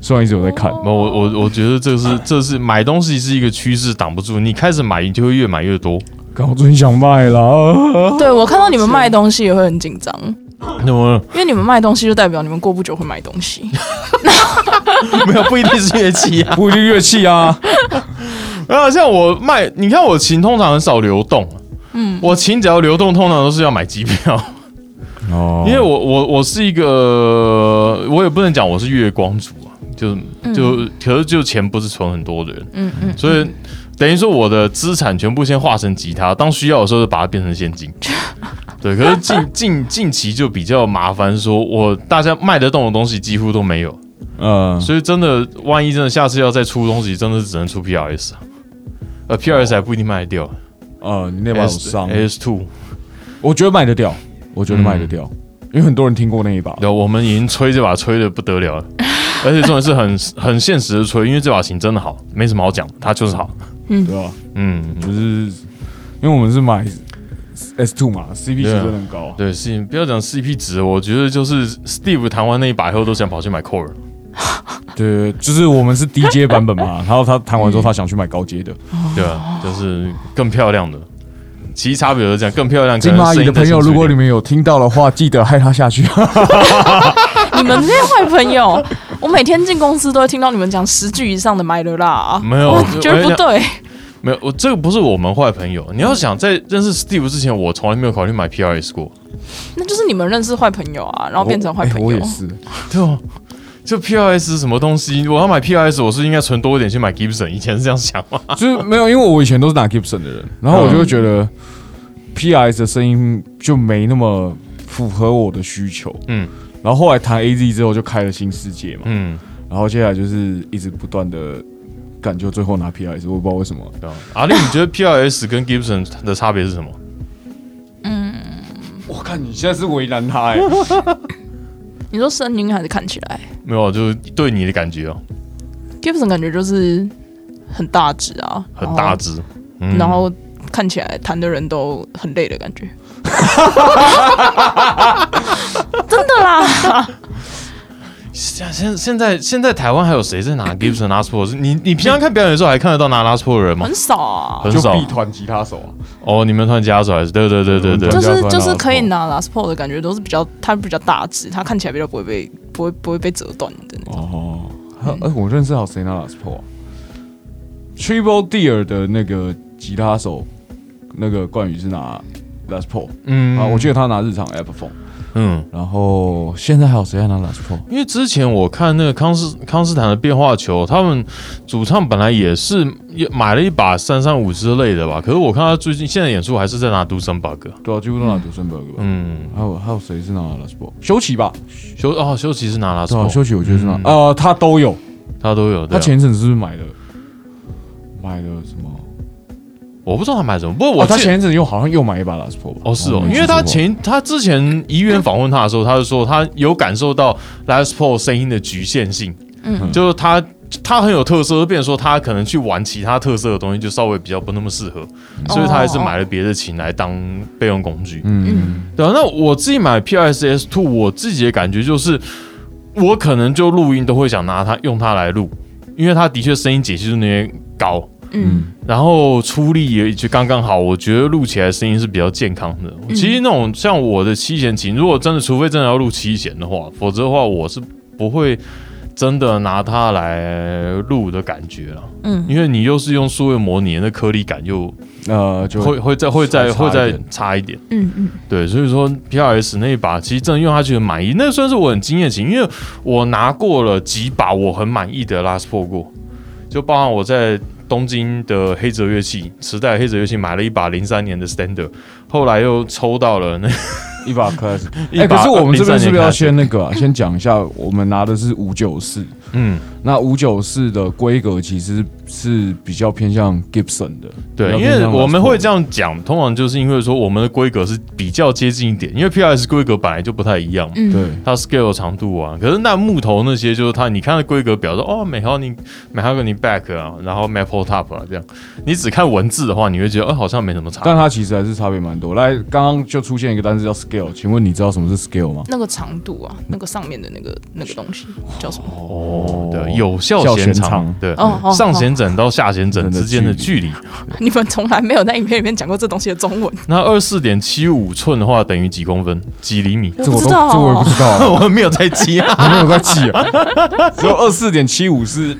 虽然一直有在看，
哦
[laughs]
那我我我觉得这 [laughs] 是这是买东西是一个趋势，挡不住你开始买，你就会越买越 [laughs] 多。
刚好最近想卖了啊，
对我看到你们卖东西也会很紧张，
那么
因为你们卖东西就代表你们过不久会买东西。
[laughs] 没有不一定是乐器 [laughs] 啊，
不一定乐器啊，
啊，像我卖，你看我琴通常很少流动，嗯，我琴只要流动，通常都是要买机票。
[laughs] 哦
因为我我我是一个，我也不能讲我是月光族啊，就就、可是就钱不是存很多的人，
嗯嗯，
所以等于说我的资产全部先化成吉他，当需要的时候就把它变成现
[laughs]
金。对，可是近近近期就比较麻烦，说我大家卖得动的东西几乎都没有，
嗯，
所以真的万一真的下次要再出东西，真的只能出 PRS 啊。呃，PRS 还不一定卖得掉
呃，你那把有
，S
伤，
S Two，
我觉得卖得掉，我觉得卖得
嗯
掉，因为很多人听过那一把，
然后我们已经吹这把吹的不得
[laughs]
了了，而且重点是很很现实的吹，因为这把琴真的好，没什么好讲，
嗯
它就是好。
对吧？
嗯，
就是因为我们是买 S two 嘛，CP 值
对啊
真的很高，
对，是不要讲 CP 值，我觉得就是 Steve 弹完那一把以后都想跑去买 Core。
对，就是我们是低 [laughs] 阶版本嘛，然后他弹完之后他想去买高阶的，
对
哦
啊，就是更漂亮的。其实差别就是这样，更漂亮。
金蚂蚁的朋友，如果你
们
们有听到的话，记得害他下去。
你们这些坏朋友，我每天进公司都会听到你们讲十句以上的买了啦，
没有
我
我
觉得不对。
没有，我这个不是我们坏朋友。你要想，在认识 Steve 之前，我从来没有考虑买 PRS 过。
那就是你们认识坏朋友啊，然后变成坏
哎
朋
我
友
也。是，
对啊，就 PRS 什么东西，我要买 PRS，我是应该存多一点去买 Gibson。以前是这样想吗？
[laughs] 就是没有，因为我以前都是拿 Gibson 的人，然后我就会觉得 PS 的声音就没那么符合我的需求。
嗯
然后后来弹 AZ 之后，就开了新世界嘛。
嗯。
然后接下来就是一直不断的感觉，最后拿 PS，我也不知道为什么。
对啊阿丽，你觉得 PRS 跟 Gibson 的差别是什么？
我看你现在是为难他 [laughs] 哎、
你说声音还是看起来
没有，就是对你的感觉哦，
，Gibson 感觉就是很大只啊，
很大
哦
只。
然
嗯
后，然后看起来弹的人都很累的感觉。真的啦，
现现现在现在台湾还有谁在拿 Gibson 拉错？你你平常看表演的时候还看得到拿拉错的人吗？
嗯
很少啊
很。
就
少
必团吉他手啊，
哦，你们突然加出来是？对对对对对
就
嗯，
是
比较
就是
宽
可以拿
哦
l a s p o r t 的感觉，都是比较它比较大只，它看起来比较不会被不会不会被折断的那种。
哦，哎、我认识好谁拿 l a s p o 啊？Triple Deer 的那个吉他手，那个冠宇是拿 l a s p o
嗯
啊，我记得他拿日常 Apple Phone，
嗯。
然后现在还有谁在拿 l a s p o
因为之前我看那个康斯康斯坦的变化球，他们主唱本来也是也买了一把三三五之类的吧，可是我看他最近现在演出还是在拿独生 bug。
对啊，几乎都拿 d u s e n b e r 吧。
嗯，
还有还有谁是拿 l a s p o 休奇吧，
休哦休息是拿拉
对啊，
错，
休奇我觉得是拿，
嗯
呃，他都有，
他都有。对
他
啊
前一阵子是不是买了买了什么？
我不知道他买什么，不过
我
我
哦他
记得
前一阵子又好像又买一把 l a s p o 吧？
哦是
我
哦
没，
因为他
记错
前他之前怡园访问他的时候，他就说他有感受到 Les Paul 声音的局限性，
嗯
就是他他很有特色，就变成说他可能去玩其他特色的东西就稍微比较不那么适合，所以他还是买了别的琴来当备用工具。
嗯
对啊，那我自己买 PRS S Two，我自己的感觉就是，我可能就录音都会想拿它用它来录，因为它的确声音解析度那些高，
嗯，
然后出力也就刚刚好，我觉得录起来声音是比较健康的。
嗯
其实那种像我的七弦琴，如果真的除非真的要录七弦的话，否则的话我是不会真的拿它来录的感觉了。
嗯
因为你又是用数位模拟，那颗粒感又
呃就
会会再会再
稍微差
会
一点
再差一点。
嗯嗯，
对，所以说 P R S 那一把其实真的用下去很满意，那算是我很惊艳的琴，因为我拿过了几把我很满意的 Last Four 过，就包含我在东京的黑泽乐器时代的黑泽乐器买了一把零三年的 Standard，后来又抽到了那
一把 class。
一
[laughs] 哎，可
把。
是我们这边是不是要
2003年
先那个啊？先讲一下，我们拿的是五九四，
开始？嗯，
那五九四的规格其实是比较偏向 Gibson 的，
[laughs] 对，
比较
因
偏
为
向
我们
Les Paul
会这样讲，通常就是因为说我们的规格是比较接近一点，因为 PRS 规格本来就不太一样嘛。
嗯，
对
它 scale 长度啊，可是那木头那些就是它，你看它规格表说哦，美豪尼美豪尼 back 啊，然后 maple top 啊这样，你只看文字的话，你会觉得哦、好像没什么差。
但它其实还是差别蛮多。来，刚刚就出现一个单词叫 scale，请问你知道什么是 scale 吗？
那个长度啊，那个上面的那个那个东西叫什么？
哦，对，有效弦
弦长
对，
哦哦
上弦枕到下弦枕之间的距离。
你们从来没有在影片里面讲过这东西的中文，
那二四点七五寸的话，等于几公分？几厘米？
我
这
不
我
知
都
道
这我也
哦
不。知
[laughs]
道、啊，
[laughs] 我没有在记啊。
我没有在记啊。只有二四点七五是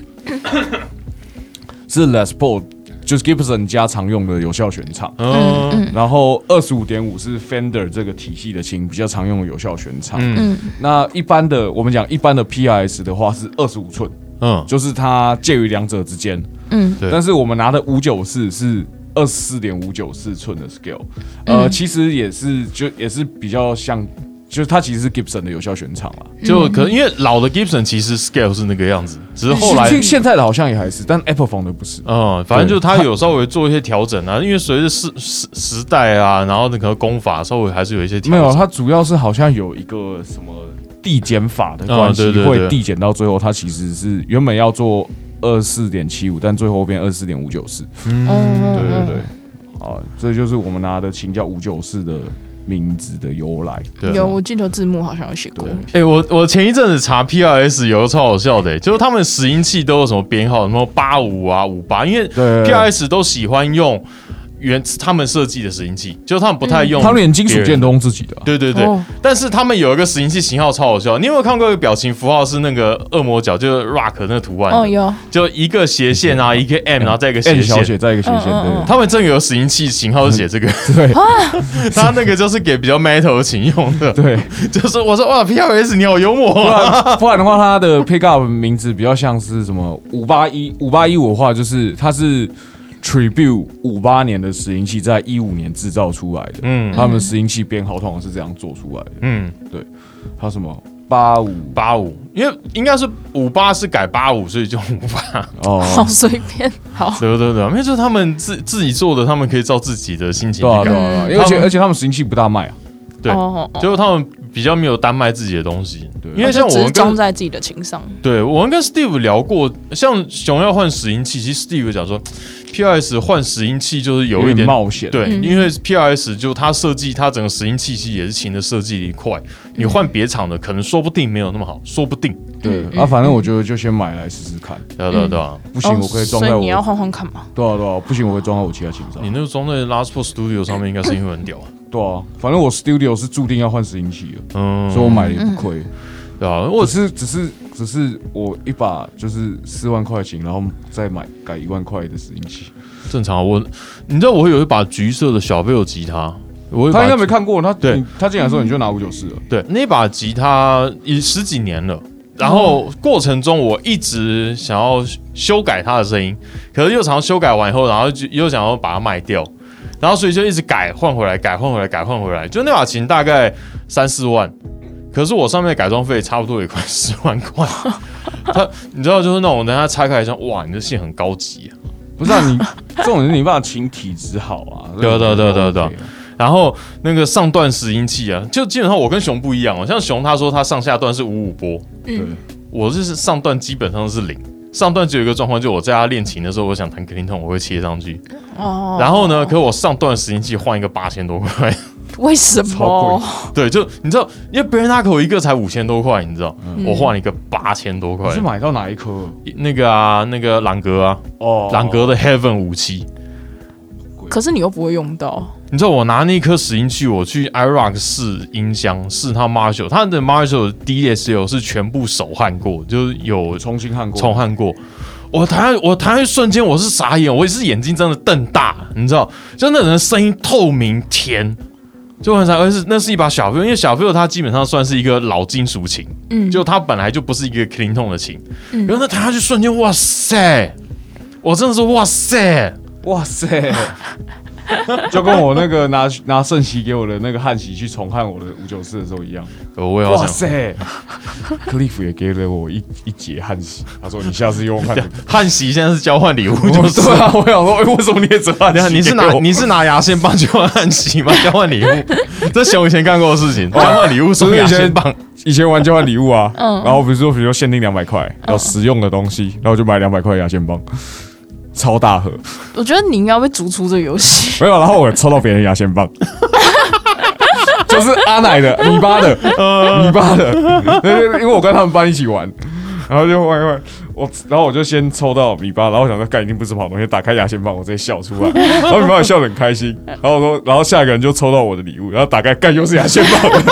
是 Les Paul，就是 Gibson 家常用的有效弦长。
嗯
然后二十五点五是 Fender 这个体系的琴比较常用的有效弦长。
嗯
那一般的我们讲一般的 PRS 的话是二十五寸，
[laughs] 嗯，
就是它介于两者之间。
嗯，
对
但是我们拿的五九四是二十四点五九四寸的 scale，呃，
嗯
其实也是就也是比较像，就是它其实是 Gibson 的有效弦长啦。
就可因为老的 Gibson 其实 scale 是那个样子，只是后来
现现在的好像也还是，但 Apple 房的不是。
嗯，反正就他有稍微做一些调整啊，因为随着时时时代啊，然后那个功法稍微还是有一些调
没
整。
有，它主要是好像有一个什么递减法的关系，
啊对对对
会递减到最后，它其实是原本要做二四点七五，但最后变二四点五九四。
哦，
对对
嗯
对，啊，这就是我们拿的琴叫五九四的名字的由来。
对
嗯有我记得字幕好像有写过
对，
哎、我我前一阵子查 PRS 有个超好笑的、欸就是他们拾音器都有什么编号，什么八五啊、五八，因为
对对对
PRS 都喜欢用原他们设计的拾音器，就是他们不太用、
他们嗯连金属键
都。
都用自己的啊、
对对对，
哦
但是他们有一个拾音器型号超好笑，你有没有看过一个表情符号是那个恶魔角，就是 rock 那个图案？
哦，有，
就一个斜线啊，一个 M，然后再一个斜
嗯 N 小
线。
写在一个斜线，
嗯嗯嗯
他们真的有拾音器型号是 [laughs] 写这个，
对
啊
他那个就是给比较 metal 的琴用的。
对对，
[laughs] 就是我说哇，PRS 你好幽默
不
哦、
然 [laughs] 不然的话，它的 pickup 名字比较像是什么五八一五八一五的话，就是它是 Tribute 五八年的拾音器，在一五年制造出来的。
嗯
他们拾音器编号通常是这样做出来的。
嗯。
还有什么八五
八五，因为应该是五八是改八五，所以就五八，
[laughs] 好
哦，
随便，好，
[laughs] 对对对，因为就是他们自自己做的，他们可以照自己的心情
对啊
去
对
改，
啊，
嗯
对啊而且
他们
而且他们拾音器不大卖啊。
对
哦，哦哦
就是他们比较没有单卖自己的东西，
对
因为像我
就只是
们
装
跟
在自己的琴上，
对我们跟 Steve 聊过，像熊要换拾音器，其实 Steve 讲说 PRS 换拾音器就是有一点。
冒险，
对，
嗯
因为 PRS 就它设计，它整个拾音器其实也是琴的设计的一块。你换别厂的，可能说不定没有那么好，说不定。
对
嗯
啊，反正我觉得就先买来试试看，
对啊对啊对啊，
不行
哦
我可以装
所
在
以
我
你要换换看嘛。
对啊对啊，不行我会装在我其他琴上
你。那个装在 Last p o r Studio 上面，应该声音会很屌啊。
[coughs] 对啊，反正我 studio 是注定要换拾音器的，
嗯，
所以我买了也不亏。
对啊，
我
我
是只是只是我一把就是四万块钱，然后再买改一万块的拾音器。
正常啊，我你知道我有一把橘色的小贝尔吉他，我有一把
他应该没看过，他
对
你他进来的时候你就拿五九四了。
对那把吉他已十几年了。然后过程中，我一直想要修改它的声音，可是又常修改完以后，然后就又想要把它卖掉，然后所以就一直改换回来，改换回来，改换回来。就那把琴大概三四万，可是我上面的改装费差不多也快十万块。 [laughs] 它你知道，就是那种人家拆开来说，哇，你这线很高级、啊，
不是啊，你这种人你爸琴体质好啊。
对啊对啊对啊对啊对啊
OK 啊
然后那个上段拾音器啊，就基本上我跟熊不一样哦，像熊他说他上下段是五五波，
对
嗯，
我就是上段基本上是零。上段只有一个状况，就我在家练琴的时候，我想弹 clean tone，我会切上去。
哦
然后呢，可我上段拾音器换一个八千多块， [laughs]
为什
超
么？
对，就你知道，因为 b e r n a c o 一个才五千多块，你知道，
嗯
我换了一个八千多块
你是，买到哪一颗？
那个啊，那个朗格啊，
哦
朗格的 Heaven 武器，
可是你又不会用到，
你知道我拿那一颗拾音器，我去 iRock 试音箱，试它 Marshall，它的 Marshall DSL 是全部手焊过，就是有
我重新看过。
重焊过。我弹我弹一瞬间，我是傻眼，我也是眼睛真的瞪大，你知道，就那人的声音透明甜，就很傻。而是那是一把小 f 因为小 f 它基本上算是一个老金属琴，
嗯，
就它本来就不是一个 clean tone 的琴，
嗯
然后那弹下去瞬间，哇塞！我真的是哇塞，
哇塞！ [laughs] 就跟我那个拿拿圣席给我的那个汉席去重汉我的五九四的时候一样，
我也好
哇
想。
塞！克利夫也给了我一一节汉席，他说你下次 [laughs] 用汉的。
汉席现在是交换礼物，就
我
是
说啊，我想说，哎、为什么你也折汉
等一下
席？
你是拿你是拿牙线棒交换汉席吗？交换礼
[laughs]
物，这熊以前干过的事 [laughs] 情，交
哦
换礼物送牙线棒。
以前玩交换礼物啊，
嗯
然后比如说比如说限定两百块，然后实用的东西，然后就买两百块牙线棒，超大盒，
我觉得你应该被逐出这个游戏。
没有，然后我抽到别人牙线棒。 [laughs] 就是阿奶的、你爸
[laughs]
的、你爸的，因为我跟他们班一起玩，然后就玩一玩，我然后我就先抽到米巴，然后我想说干一定不是好东西，打开牙线棒，我直接笑出来，然后米巴也笑得很开心，然后我说，然后下一个人就抽到我的礼物，然后打开干又是牙线棒， [laughs]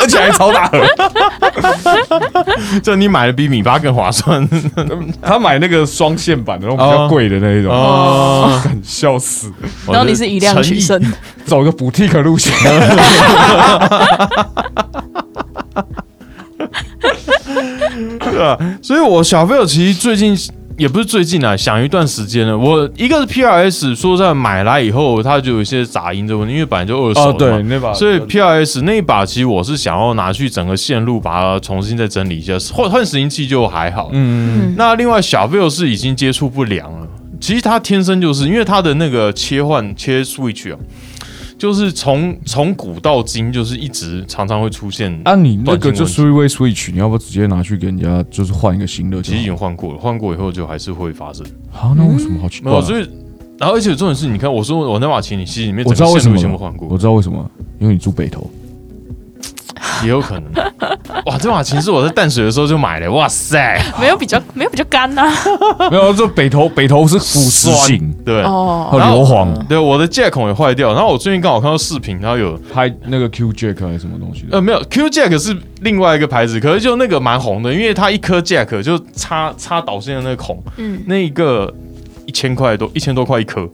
而且还超大盒，
就你买的比米八更划算
[laughs] 他买那个双线版的那种比较贵的那一种，
[laughs] 哦。
干笑死，
然后你是以量取胜，
走个补替可路线，
对啊，所以我小朋友其实最近也不是最近啊，想一段时间了。我一个是 PRS，说实在买来以后，它就有一些杂音的问题，因为本来就二手的嘛
哦那把
所以 PRS 那一把其实我是想要拿去整个线路把它重新再整理一下，换换拾音器就还好。
嗯，
那另外小 Bill 是已经接触不良了，其实他天生就是因为他的那个切换切 Switch 啊，就是从从古到今就是一直常常会出现。
啊，你那
短信
个
问题
就 three way switch，你要不要直接拿去给人家，就是换一个新的就
其实已 [laughs]
好？
经换过了，换过以后就还是会发生。
好，那为什么好奇
没
怪啊、
有，所以然后而且重点是，你看我说我那把琴，你其实里面
我
整
知道为
个
什
线
么
路全部
了
换过
我，知道为什么，因为你住北头。
也有可能。 [laughs] 哇，这把琴是我在淡水的时候就买的，哇塞，
没有比较没有比较干啊呐、
没有，这北头北头是腐蚀
酸
性，
对。
哦，
还有
然后
硫磺，
对，我的 jack 孔也坏掉，然后我最近刚好看到视频，它有
拍那个 Q Jack 啊还是什么东西的。
呃，没有，Q Jack 是另外一个牌子，可是就那个蛮红的，因为它一颗 Jack 就插插导线的那个孔，
嗯
那一个一千块多，一千多块一颗，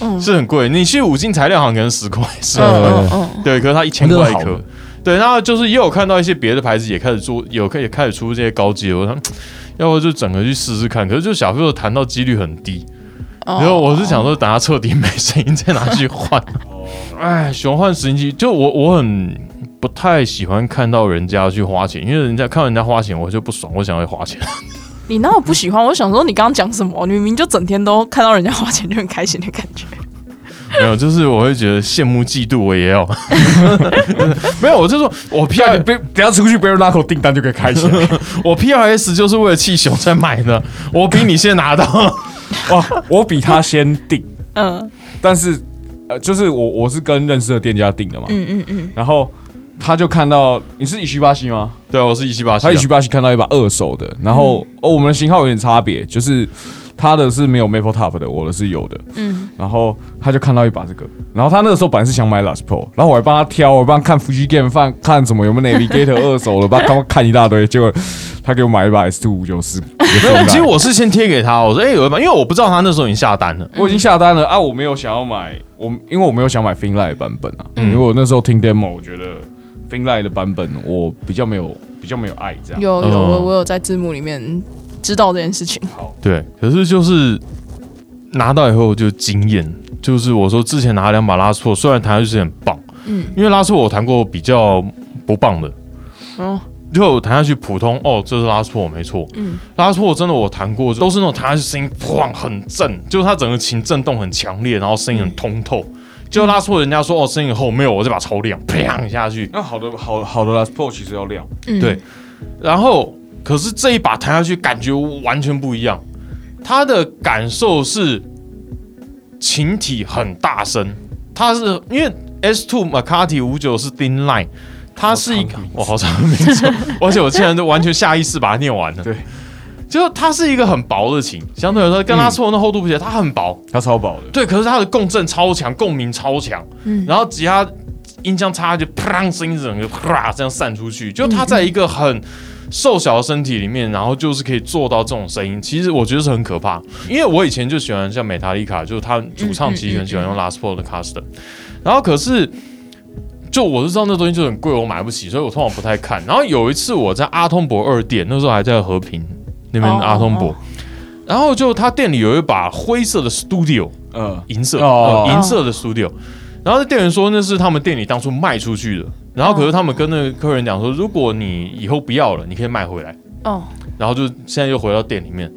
嗯
是很贵。你去五金材料行可能十块，是吧？
呃
嗯嗯
对，可是它一千块一
哦那个好
颗
的。
对，然后就是也有看到一些别的牌子也开始做，有开也开始出这些高级的，我想，要不就整个去试试看。可是就小朋友谈到几率很低，
嗯，
然后我是想说，等它彻底没声音再拿去换。哎，熊换拾音机，就我我很不太喜欢看到人家去花钱，因为人家看到人家花钱，我就不爽，我想要花钱。 [laughs]
你那我不喜欢，我想说你刚刚讲什么？你明明就整天都看到人家花钱就很开心的感觉。
没有，就是我会觉得羡慕嫉妒，我也要。 [laughs] 没有，我就说我 P
下
R
你哎别等下出去，别人拉口订单就可以开起来。
我 P R S 就是为了气熊才买的，我比你先拿到。
[laughs] 哇，我比他先订，
嗯
但是呃，就是我我是跟认识的店家订的嘛，
嗯嗯嗯，
然后他就看到你是以西巴西吗？
[laughs] 对啊，我是一七八七
他一去巴西看到一把二手的，然后、
嗯
哦，我们的型号有点差别，就是他的是没有 Maple Top 的，我的是有的。
嗯
嗯，然后他就看到一把这个，然后他那个时候本来是想买 Last Pro，然后我还帮他挑，我帮他看 Fuji Game 放看什么有没有 Navigator 二手的，帮他看一大堆，结果他给我买一把 S Two 五九四。
没 [laughs] 有，其实我是先贴给他，我说哎、有一把，因为我不知道他那时候已经下单
嗯
了。
我已经下单了啊，我没有想要买，我因为我没有想买 Finlight 版本啊，
嗯
因为我那时候听 demo，我觉得 Finlight 的版本我比较没有比较没有爱这样。
有有，
哦
我我有在字幕里面知道这件事情。
对，可是就是拿到以后就惊艳，就是我说之前拿两把拉错，虽然弹的就是很棒，
嗯
因为拉错我弹过比较不棒的，
哦，
就我弹下去普通哦，这是拉错没错，
嗯
拉错真的我弹过都是那种弹下去声音哐很震，就是它整个琴震动很强烈，然后声音很通透。就拉错，人家说哦声音很厚，没有我这把超亮，砰下去。
那好的好好的 Last Pro 其实要亮。
嗯，
对，然后可是这一把弹下去感觉完全不一样，它的感受是琴体很大声，它是因为 S Two McCarty 五九是 Thin Line，它是一个我好长的名字， [laughs] 而且我竟然都完全下意识把它念完了。
对，
就它是一个很薄的琴，相对来说跟拉错那厚度比起来，它很薄。
它超薄的。
对，可是它的共振超强，共鸣超强，
嗯
然后吉他音箱插下去，砰，声音整个啪这样散出去，就它在一个很瘦小的身体里面，然后就是可以做到这种声音，其实我觉得是很可怕，因为我以前就喜欢像美塔利卡，就是他主唱其实很喜
嗯
欢用 Last Four 的 Custom，然后可是。就我是知道那东西就很贵，我买不起，所以我通常不太看。然后有一次我在阿通博二店，那时候还在和平那边
哦
阿通博，
哦
然后就他店里有一把灰色的 Studio
嗯，
银色，
哦
呃银、色的 Studio，然后店员说那是他们店里当初卖出去的，然后可是他们跟那个客人讲说，如果你以后不要了，你可以卖回来。
哦，
然后就现在又回到店里面。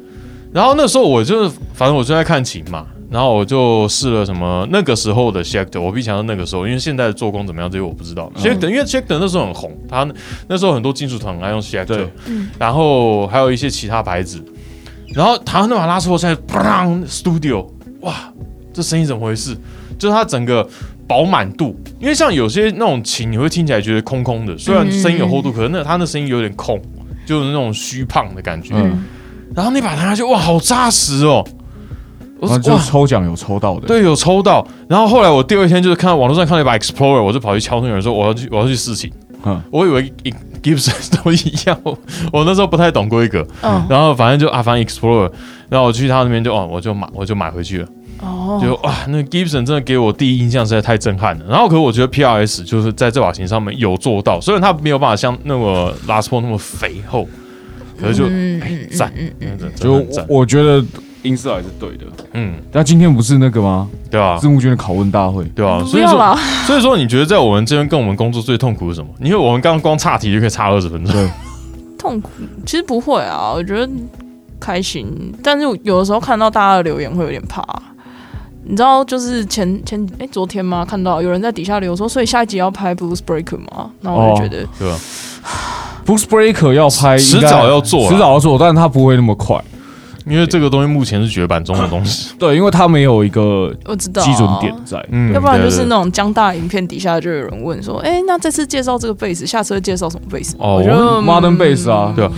然后那时候我就是，反正我就在看琴嘛，然后我就试了什么那个时候的 Schecter，我必须强调那个时候，因为现在的做工怎么样这些我不知
嗯
道。Schecter、因为 Schecter 那时候很红，他那时候很多金属团很爱用 Schecter，
对嗯
然后还有一些其他牌子。然后台湾那把拉斯伯塞，砰，Studio，哇，这声音怎么回事？就是它整个饱满度，因为像有些那种琴，你会听起来觉得空空的，虽然声音有
嗯
厚度，可是那它那声音有点空，就是那种虚胖的感觉。
嗯
然后那把拿下去，哇，好扎实哦！我
然后
说
就
哇，
抽奖有抽到的，，
对，有抽到。然后后来我第二天就是看到网络上看到一把 Explorer，我就跑去敲那个人说我要去我要去试琴。
嗯
我以为 Gibson 都一样，我我那时候不太懂规格。
嗯，
然后反正就啊，反正 Explorer，然后我去他那边就哦，我就买我就买回去了。
哦，
就哇，那个 Gibson 真的给我第一印象实在太震撼了。然后，可是我觉得 PRS 就是在这把琴上面有做到，虽然它没有办法像那么拉斯波那么肥厚，可是就
嗯
哎
嗯
赞，
嗯
真
嗯
的真
就
的很赞
我，我觉得音色还是对的。
嗯，
但今天不是那个吗？
对啊
字，幕君的拷问大会，
对啊，
不
所以
要
说，
啦，
所以说，你觉得在我们这边跟我们工作最痛苦是什么？因为我们刚刚光岔题就可以差二十分钟，
对，
痛苦其实不会啊，我觉得开心，但是有的时候看到大家的留言会有点怕。你知道，就是前前哎、昨天吗？看到有人在底下留说，所以下一集要拍 Blues Breaker 吗？然后我就觉得，
对吧？
Boost Breaker 要拍，
迟
应该
迟早要做啦啊
迟早要做，但是它不会那么快。
因为这个东西目前是绝版中的东西，
对，因为它没有一个
我知道啊
基准点在。
嗯，
要不然就是
对
那种江大影片底下就有人问说，哎、那这次介绍这个贝斯，下次会介绍什么贝斯？
哦
我觉得嗯
Modern Bass 啊，
对啊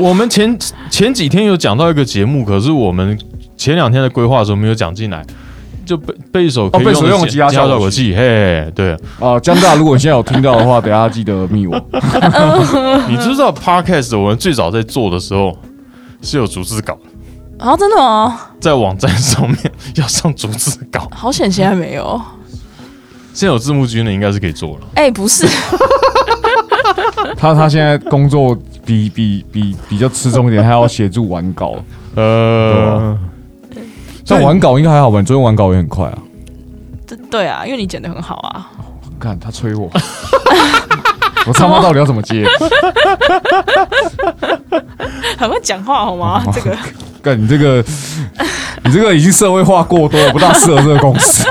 我们前前几天有讲到一个节目，可是我们前两天的规划的时候没有讲进来，就背背一首可以
哦背一首
的
用
吉
吉他
吉
效
效
果
果器，嘿，对，
啊，江大，如果你现在有听到的话，等一下记得密我。
你知道 podcast 我们最早在做的时候是有逐字稿，
啊，真的吗？
在网站上面要上逐字稿，
好险，现在没有。
现在有字幕君的应该是可以做了，
哎、
[laughs]
不是，
他他现在工作比比比比较吃重一点，他要协助完稿。
呃，
嗯但完稿应该还好吧？你昨天完稿也很快啊。
对对啊，因为你剪得很好啊。 [laughs]
看他催我， [laughs] 我他妈到底要怎么接？
很会讲话好吗？这个
干你这个，你这个已经社会化过多了，不大适合这个公司。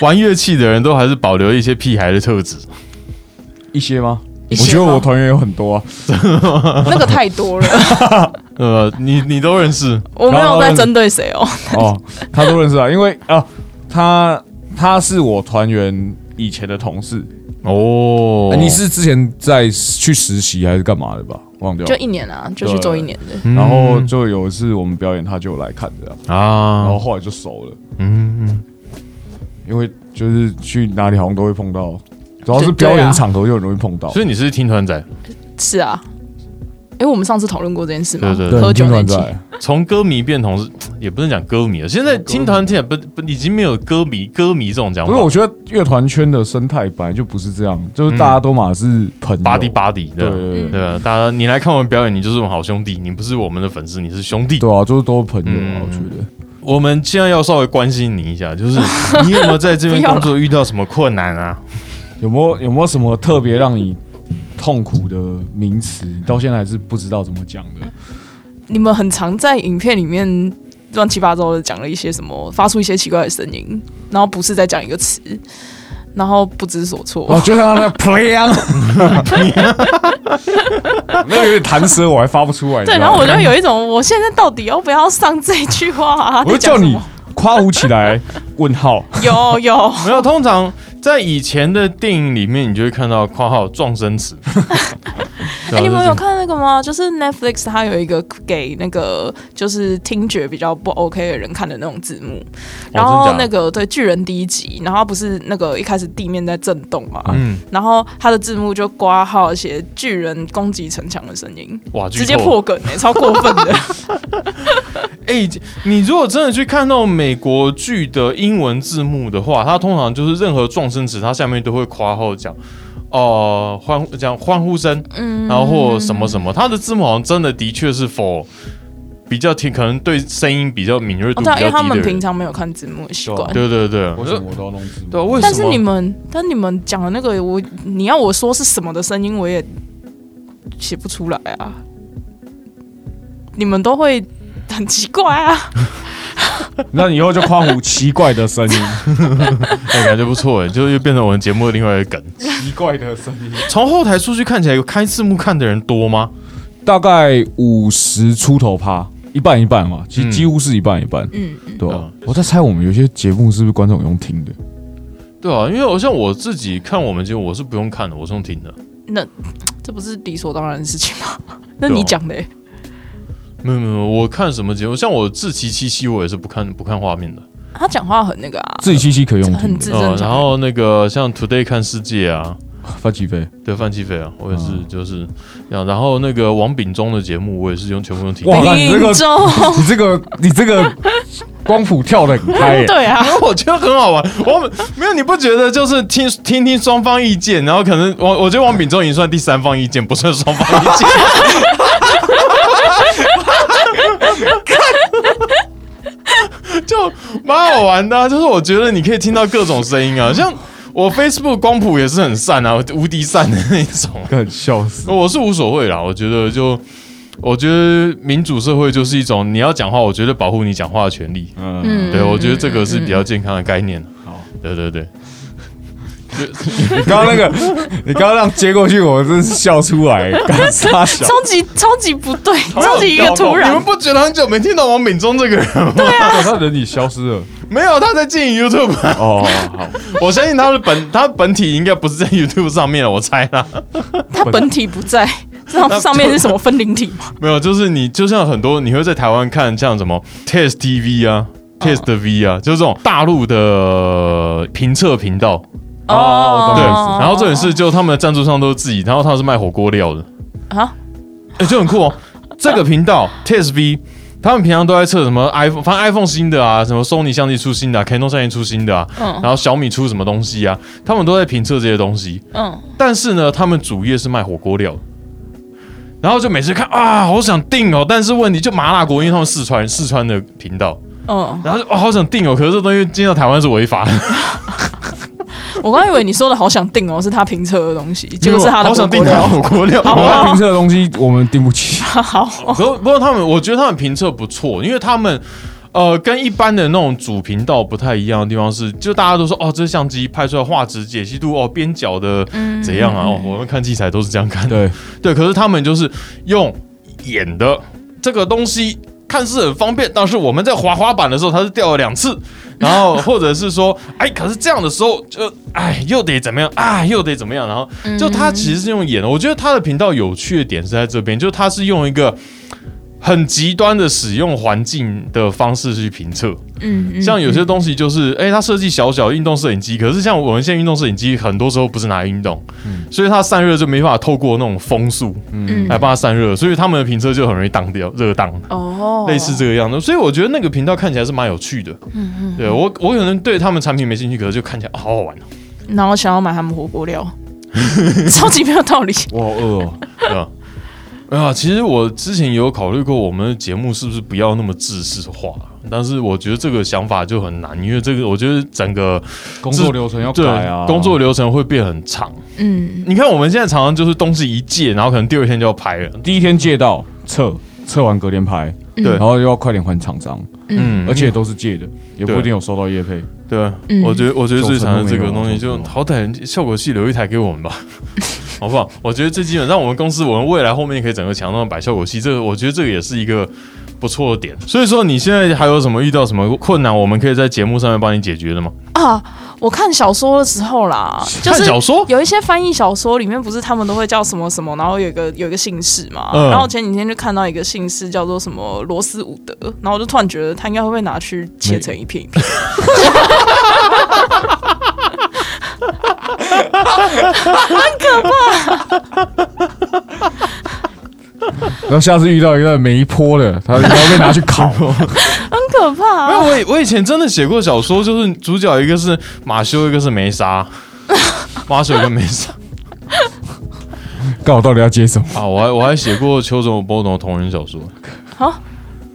玩乐器的人都还是保留一些屁孩的特质，
[laughs] 一些吗？
一
我
些
觉得
吗
我团员有很多啊。
那个太多了，
呃，你你都认识，
我没有在针对谁哦。
哦，他都认识啊，因为啊，他他是我团员以前的同事、
哦
呃你是之前在去实习还是干嘛的吧？忘掉
就
了。
一年啊，就去做一年的。
嗯
然后就有一次我们表演，他就有来看的、啊，然
啊
后，后来就熟了，
嗯。嗯
因为就是去哪里好像都会碰到，主要是表演场合就很容易碰到。
所以你啊是听团仔，
是啊，哎、为我们上次讨论过这件事吗？
对对对
喝酒那
团
期。
在，
从歌迷变同事，也不能讲歌迷了。现在听团听起来不不已经没有歌迷歌迷这种讲
不
法
是，，我觉得乐团圈的生态本来就不是这样，就是大家都嘛是朋友。
巴迪巴迪对
对
吧
对对
对吧？大家你来看我们表演，你就是我们好兄弟，你不是我们的粉丝，你是兄弟。
对啊，就是都是朋友
嗯，
啊我觉得。
我们现在要稍微关心你一下，就是你有没有在这边
不要
工
了
作遇到什么困难啊？
有没有有没有什么特别让你痛苦的名词？到现在还是不知道怎么讲的。
你们很常在影片里面乱七八糟的讲了一些什么，发出一些奇怪的声音，然后不是在讲一个词，然后不知所
[laughs]
措。
哦，就像那 play [laughs] 啊，那个有点弹舌，我还发不出来。
[laughs] 对，
你知
然
道
后
吗
我就有一种，我现在到底要不要上这句话、啊？
我就
在讲
叫
什
你
么
夸胡起来，问号。
有有，
没有，通常在以前的电影里面，你就会看到（括号撞声词）对
哎、
啊。
你们
就
有
是
看那个吗？就是 Netflix 它有一个给那个就是听觉比较不 OK 的人看的那种字幕，然
哦真的假的
后那个对巨人第一集，然后它不是那个一开始地面在震动嘛，
嗯，
然后它的字幕就挂号写巨人攻击城墙的声音，
哇，剧
直接
透
破梗哎、超过分
[laughs]
的。
哎、你如果真的去看到美国剧的英文字幕的话，它通常就是任何撞声词，它下面都会夸后讲，哦、欢呼讲欢呼声，
嗯
然后或什么什么，它的字幕好像真的的确是 for 比较听，可能对声音比较敏锐度
哦
比
对
较
啊，
低
因
的
为他们
人
平常没有看字幕的习惯。
对啊对对，
为什么我都要弄字幕？
对为什么
但是你们，但你们讲的那个，我你要我说是什么的声音，我也写不出来啊。你们都会很奇怪啊，
那你以后就夸胡奇怪的声音，
哎感觉不错哎，就又变成我们节目的另外一个梗。
[laughs] 奇怪的声音，
从后台数据看起来，有开字幕看的人多吗？
大概五十出头趴，一半一半嘛，其实
嗯
几乎是一半一半，
嗯，
对吧？我在猜我们有些节目是不是观众有用听的？
对啊，因为我像我自己看我们节目，我是不用看的，我是用听的。
这不是理所当然的事情吗？
啊
那你讲的欸、
没有没有没有，我看什么节目？像我自欺七七，我也是不看不看画面的。
他讲话很那个啊，
自己七七可以用听
很
的，
字
哦
正，
然
腔
后那个像 Today 看世界啊，
发起飞，
对范七飞啊，我也是
嗯
就是，然然后那个王炳忠的节目，我也是用全部用听的。
哇
因
那你这个
林州，
你这个你这个光谱跳的很开、耶
[laughs] 对啊，
为 [laughs] 我觉得很好玩，我们没有你不觉得就是听听听双方意见，然后可能我我觉得王炳忠已经算第三方意见，不算双方意见。 [laughs] 就蛮好玩的、啊，就是我觉得你可以听到各种声音啊，像我 Facebook 光谱也是很散啊，无敌散的那一种。
更笑死。
我是无所谓啦，我觉得就，我觉得民主社会就是一种你要讲话，我觉得保护你讲话的权利。
嗯，
嗯，
对，我觉得这个是比较健康的概念。好，对对对，
你刚刚那个，你刚刚那样接过去，我真是笑出来，干傻笑。
超级超级不对，超级一个突
你
然
们，不觉得很久没听到王炳忠这个人吗？
他人已消失了。
[laughs] 没有，他在经营 YouTube，啊
哦，好，
[laughs] 我相信他的本他本体应该不是在 YouTube 上面了，我猜
[laughs]
啦。
他本体不
[laughs]
在，上上面是什么分灵体吗？
没有，就是你就像很多你会在台湾看像什么 Test TV 啊、Test V
哦
啊，就是这种大陆的评测频道。
哦我
对，
懂哦
然后这也是就他们的赞助商都是自己，然后他们是卖火锅料的，
啊，
哎、就很酷哦。这个频道 TSV，他们平常都在测什么 iPhone，反正 iPhone 新的啊，什么 Sony 相机出新的、啊、，Canon 相机出新的啊，
嗯
然后小米出什么东西啊，他们都在评测这些东西。
嗯，
但是呢，他们主业是卖火锅料的，然后就每次看啊，好想订哦，但是问题就麻辣锅，因为他们四川四川的频道，
嗯，
然后就哦好想订哦，可是这东西进到台湾是违法的，
我刚以为你说的好想订哦，是他评测的东西，结果是他
[laughs] 好
的火
想
锅
订啊台
料
湾。火锅料。
我们评测的东西我们订不起。
好，
不过不过他们，我觉得他们评测不错，因为他们呃跟一般的那种主频道不太一样的地方是，就大家都说哦，这相机拍出来画质解析度哦，边角的怎样啊？哦，我们看器材都是这样看的，
对，
对。可是他们就是用演的这个东西。看似很方便，但是我们在滑滑板的时候，它是掉了两次，然后或者是说，哎，可是这样的时候就，哎，又得怎么样啊，又得怎么样，然后就他其实是用演的。我觉得他的频道有趣的点是在这边，就是他是用一个很极端的使用环境的方式去评测，
[laughs] 嗯，
像有些东西就是，哎、它设计小小运动摄影机，可是像我们现在运动摄影机，很多时候不是拿来运动，所以它散热就没办法透过那种风速
嗯
来帮它散热，所以他们的评测就很容易当掉热当，
哦，
类似这个样子。所以我觉得那个频道看起来是蛮有趣的，
嗯嗯，
对我我可能对他们产品没兴趣，可是就看起来哦好好玩哦，
然后想要买他们火
[laughs]
锅料，超级没有道理。
我好饿哦。
对
[laughs]
吧？啊，其实我之前也有考虑过，我们的节目是不是不要那么制式化，但是我觉得这个想法就很难，因为这个我觉得整个
工作流程要
对，
改啊，
工作流程会变很长。
嗯，
你看我们现在常常就是东西一借，然后可能第二天就要拍了。
第一天借到测，测完隔天拍，
对
然后又要快点还厂商，
嗯，
而且都是借的，也不
对
一定有收到业配。
对，啊
嗯
我觉得我觉得最常的这个东西，
九
就
成都没有
好歹效果器留一台给我们吧，好不好？我觉得最基本，让我们公司我们未来后面可以整个墙上摆效果器，这个我觉得这个也是一个不错的点。所以说你现在还有什么遇到什么困难，我们可以在节目上面帮你解决的吗？
啊，我看小说的时候啦，就是
看小说，
有一些翻译小说里面不是他们都会叫什么什么，然后有一个有一个姓氏嘛。
嗯
然后前几天就看到一个姓氏叫做什么罗斯伍德，然后我就突然觉得他应该会被拿去切成一片一片。
然后下次遇到一个没坡的，他他会被拿去 [laughs] 烤。
很可怕、啊
没有，哎我以我以前真的写过小说，就是主角一个是马修，一个是梅莎，马修跟梅莎。
看我到底要接什么？
啊，我还我还写过邱泽波同人小说。
啊，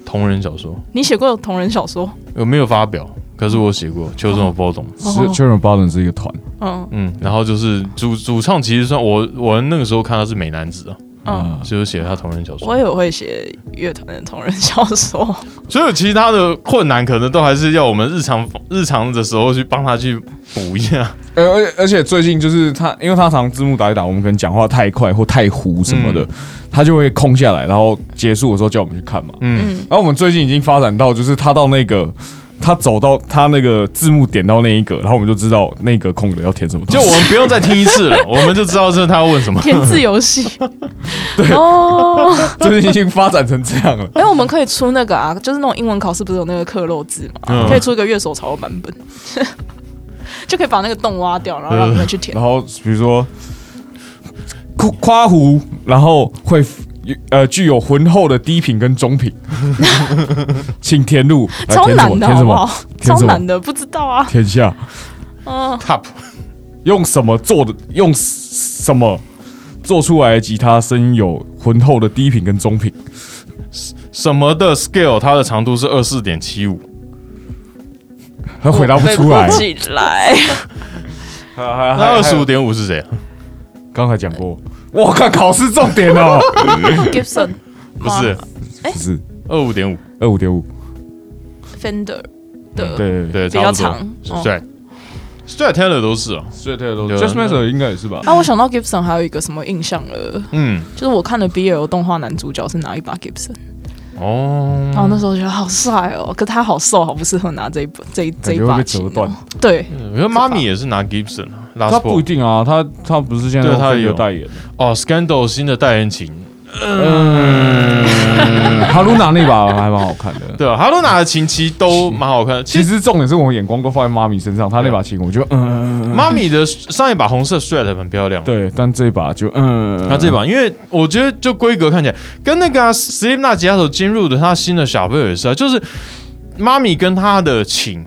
同人小说，
你写过同人小说？
我没有发表，可是我写过《秋生我包懂》。
是 Children Bottom 是一个团，
嗯
嗯，然后就是主主唱其实算我我那个时候看他是美男子啊，
嗯，
啊，
就是写他同人小
我
说，
也会写乐团的同人小
[laughs]
说。
所以其实他的困难可能都还是要我们日常日常的时候去帮他去补一下。
而而且而且最近就是他，因为他常字幕打一打，我们可能讲话太快或太糊什么的，
嗯
他就会空下来，然后结束的时候叫我们去看嘛。
嗯，
然后我们最近已经发展到，就是他到那个。他走到他那个字幕点到那一个，然后我们就知道那个空格要填什么东
就
西。
我们不用再听一次了，我们就知道是他要问什么。
填字
[laughs]
游戏。哦，
最近已经发展成这样了。
哎，我们可以出那个啊，就是那种英文考试不是有那个克漏字嘛，
嗯
可以出一个乐手潮的版本， [laughs] 就可以把那个洞挖掉，然后让你们去填
然。后比如说夸夸胡，然后会呃具有浑厚的低频跟中频， [laughs] 请填入来
超
填什么
难的
填
好
什
不
么
好？
填
超
什
难
么
的，不知道啊。
填下
嗯，
Top
用什么做的用什么做出来的吉他声音有浑厚的低频跟中频，
什么的 scale，它的长度是二四点七五，
他回答不出来
[laughs] 背。起
[laughs]
来。
那二十五点五是谁啊？
刚才讲过，我靠，考试重点哦，
Gibson
不是哎
不是
二五点五，
二五点五，
Fender
呃
的
对对，
对，
比
差
较
不多
长
是
哦
对，Strat Taylor 都是啊，
所以这都
对
Just
那
Master 应该也是吧？
啊，我想到 Gibson 还有一个什么印象了，
嗯，
就是我看的 BL 动画男主角是拿一把 Gibson，
哦，
然后那时候觉得好帅哦，可他好瘦，好不适合拿这一把这一这
感
一
觉会
把
被
琴
折
哦
断。
对，
我觉得妈咪也是拿 Gibson 啊，Last
他不一
Ball
定啊，他他不是现在
对他
有
有
代言，
哦，Scandal 新的代言琴，
嗯， [laughs] 哈露娜那把还蛮好看的。
对啊，他都拿的琴其实都蛮好看的。其
其
实
实重点是我们眼光都放在妈咪身上，她那把琴我就嗯，
妈咪的上一把红色 Strat 很漂亮，
对，但这把就嗯，
那这把，因为我觉得就规格看起来跟那个、啊、斯蒂夫纳吉他手进入的他新的小贝尔也是啊，就是妈咪跟他的琴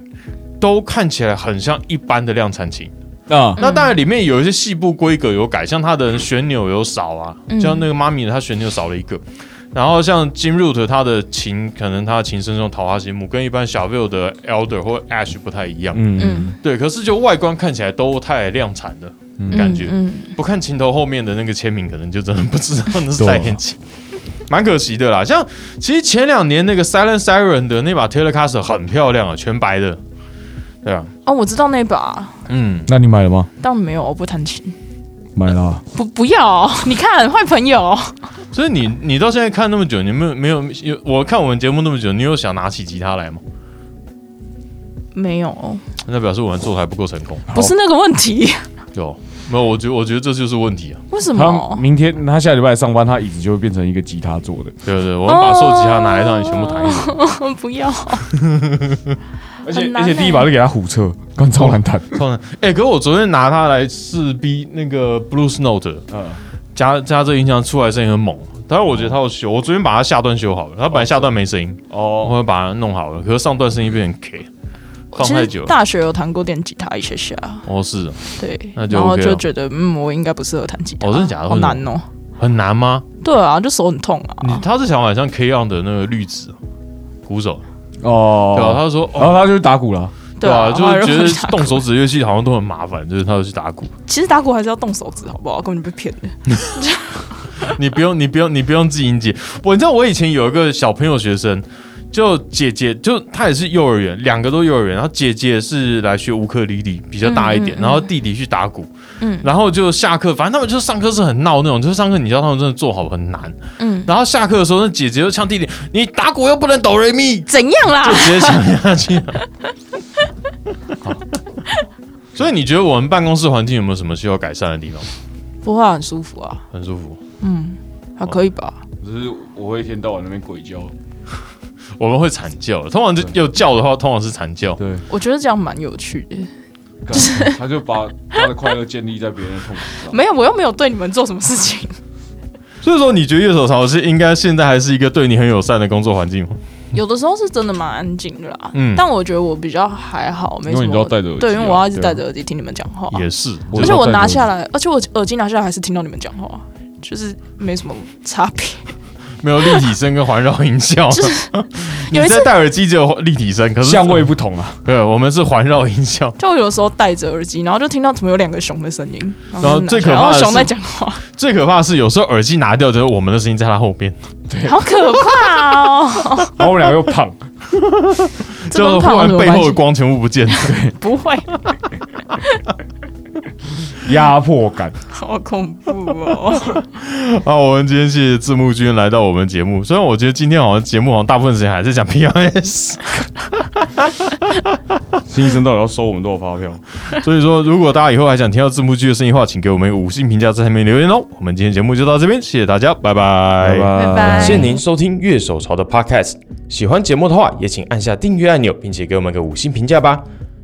都看起来很像一般的量产琴。
嗯
啊
那当然里面有一些细部规格有改，像它的旋钮有少啊，
嗯
像那个妈咪的它旋钮少了一个。然后像金 root 它的琴，可能它的琴身上桃花心木，跟一般小贝尔的 elder 或 ash 不太一样。
嗯
嗯，
对，可是就外观看起来都太量产了。
嗯
感觉
嗯，
不看琴头后面的那个签名，可能就真的不知道那是
对啊
代言琴，蛮可惜的啦。像其实前两年那个 Silent Siren 的那把 Telecaster 很漂亮啊，全白的，对啊，
哦，我知道那把，
嗯，
那你买了吗？
但没有，我不弹琴，
买了啊，
不不要，你看坏朋友，
所以你你到现在看那么久，你没有没有有我看我们节目那么久，你有想拿起吉他来吗？
没有，
那表示我们做的还不够成功，
不是那个问
[laughs]
题，
有、没有？我觉我觉得这就是问题啊，
为什
他
么？
明天他下礼拜上班，他椅子就会变成一个吉他做的，
对不对？我们把瘦吉他拿来让你全部弹一弹，
[laughs] 不要，
而且
很难欸
而且第一把就给他胡车，刚超难弹，
超难。哎、可我昨天拿它来试 B 那个 Blues Note，
嗯，
加加这音箱出来声音很猛，当然我觉得它有修，我昨天把它下段修好了，它本来下段没声音，
哦，
我会把它弄好了，可是上段声音变成 K，放太久
其实
了。
大学有弹过电吉他一些下，
哦，是啊
对，
那就
然后
OK
就
了
觉得嗯，我应该不适合弹吉他，
哦真的假的
好
为什么
难哦，
很难吗？
对啊，就手很痛
你
啊，
他是想法像 K on 的那个绿子鼓手，
哦，
对吧、他说
然
哦，
后他就去打鼓了，
对
啊，
啊，就是觉
然后
得
就打鼓
动手指乐器好像都很麻烦， [laughs] 就是他就去打鼓。
其实打鼓还是要动手指，好不好？根本就被骗了。
你不用，你不用，你不用自己音节。我你知道，我以前有一个小朋友学生，就姐姐，就她也是幼儿园，两个都幼儿园。然后姐姐是来学乌克丽丽，比较大一点，
嗯嗯嗯
然后弟弟去打鼓。
嗯
然后就下课，反正他们就是上课是很闹那种，就是上课你知道他们真的做好很难。
嗯，
然后下课的时候，那姐姐就呛弟弟：“你打鼓又不能抖人咪。”
怎样啦
就？直接抢下
[laughs]
去了。所以你觉得我们办公室环境有没有什么需要改善的地方？
不会很舒服啊，
很舒服，
嗯，还可以
哦
吧。
只是我会一天到晚那边鬼叫，
我们会惨叫，通常就有叫的话，通常是惨叫。
对，
我觉得这样蛮有趣的。
他就把他的快乐建立在别人的痛苦上。
没有，我又没有对你们做什么事情。
所以说，你觉得乐手潮是应该现在还是一个对你很友善的工作环境吗？
有的时候是真的蛮安静的啦，
嗯
但我觉得我比较还好，没
因
什
为
么。
你都要戴着耳机啊
对，因为我要一直
对啊
戴着耳机听你们讲话。
也是，
我
就是
而且我
戴着
拿
耳机
下来，而且我耳机拿下来还是听到你们讲话，就是没什么差别。
没有立体声跟环绕音
[laughs]
效。你
有一次
在戴耳机只有立体声，可是
相位不同啊，
对，我们是环绕音效。
就有时候戴着耳机，然后就听到怎么有两个熊的声音，然
然后
就拿
最
起来
可怕
然
的
后熊
是
在讲话，
最可怕的是，有时候耳机拿掉，就是我们的声音在它后边，
好可怕哦！
然后我们两个又胖，
这
就忽
跟胖有
然
什么
背
关
后的
系？
光全部不见了。
不会，
压迫感。
好恐怖哦！
啊，我们今天谢谢字幕君来到我们节目。虽然我觉得今天好像节目好像大部分时间还在讲 PRS，
新医生到底要收我们多少发票？
所以说如果大家以后还想听到字幕君的声音的话，请给我们五星评价，在下面留言哦。我们今天节目就到这边，谢谢大家，拜拜。
拜
拜
谢谢您收听乐手潮的 Podcast。喜欢节目的话，也请按下订阅按钮，并且给我们个五星评价吧。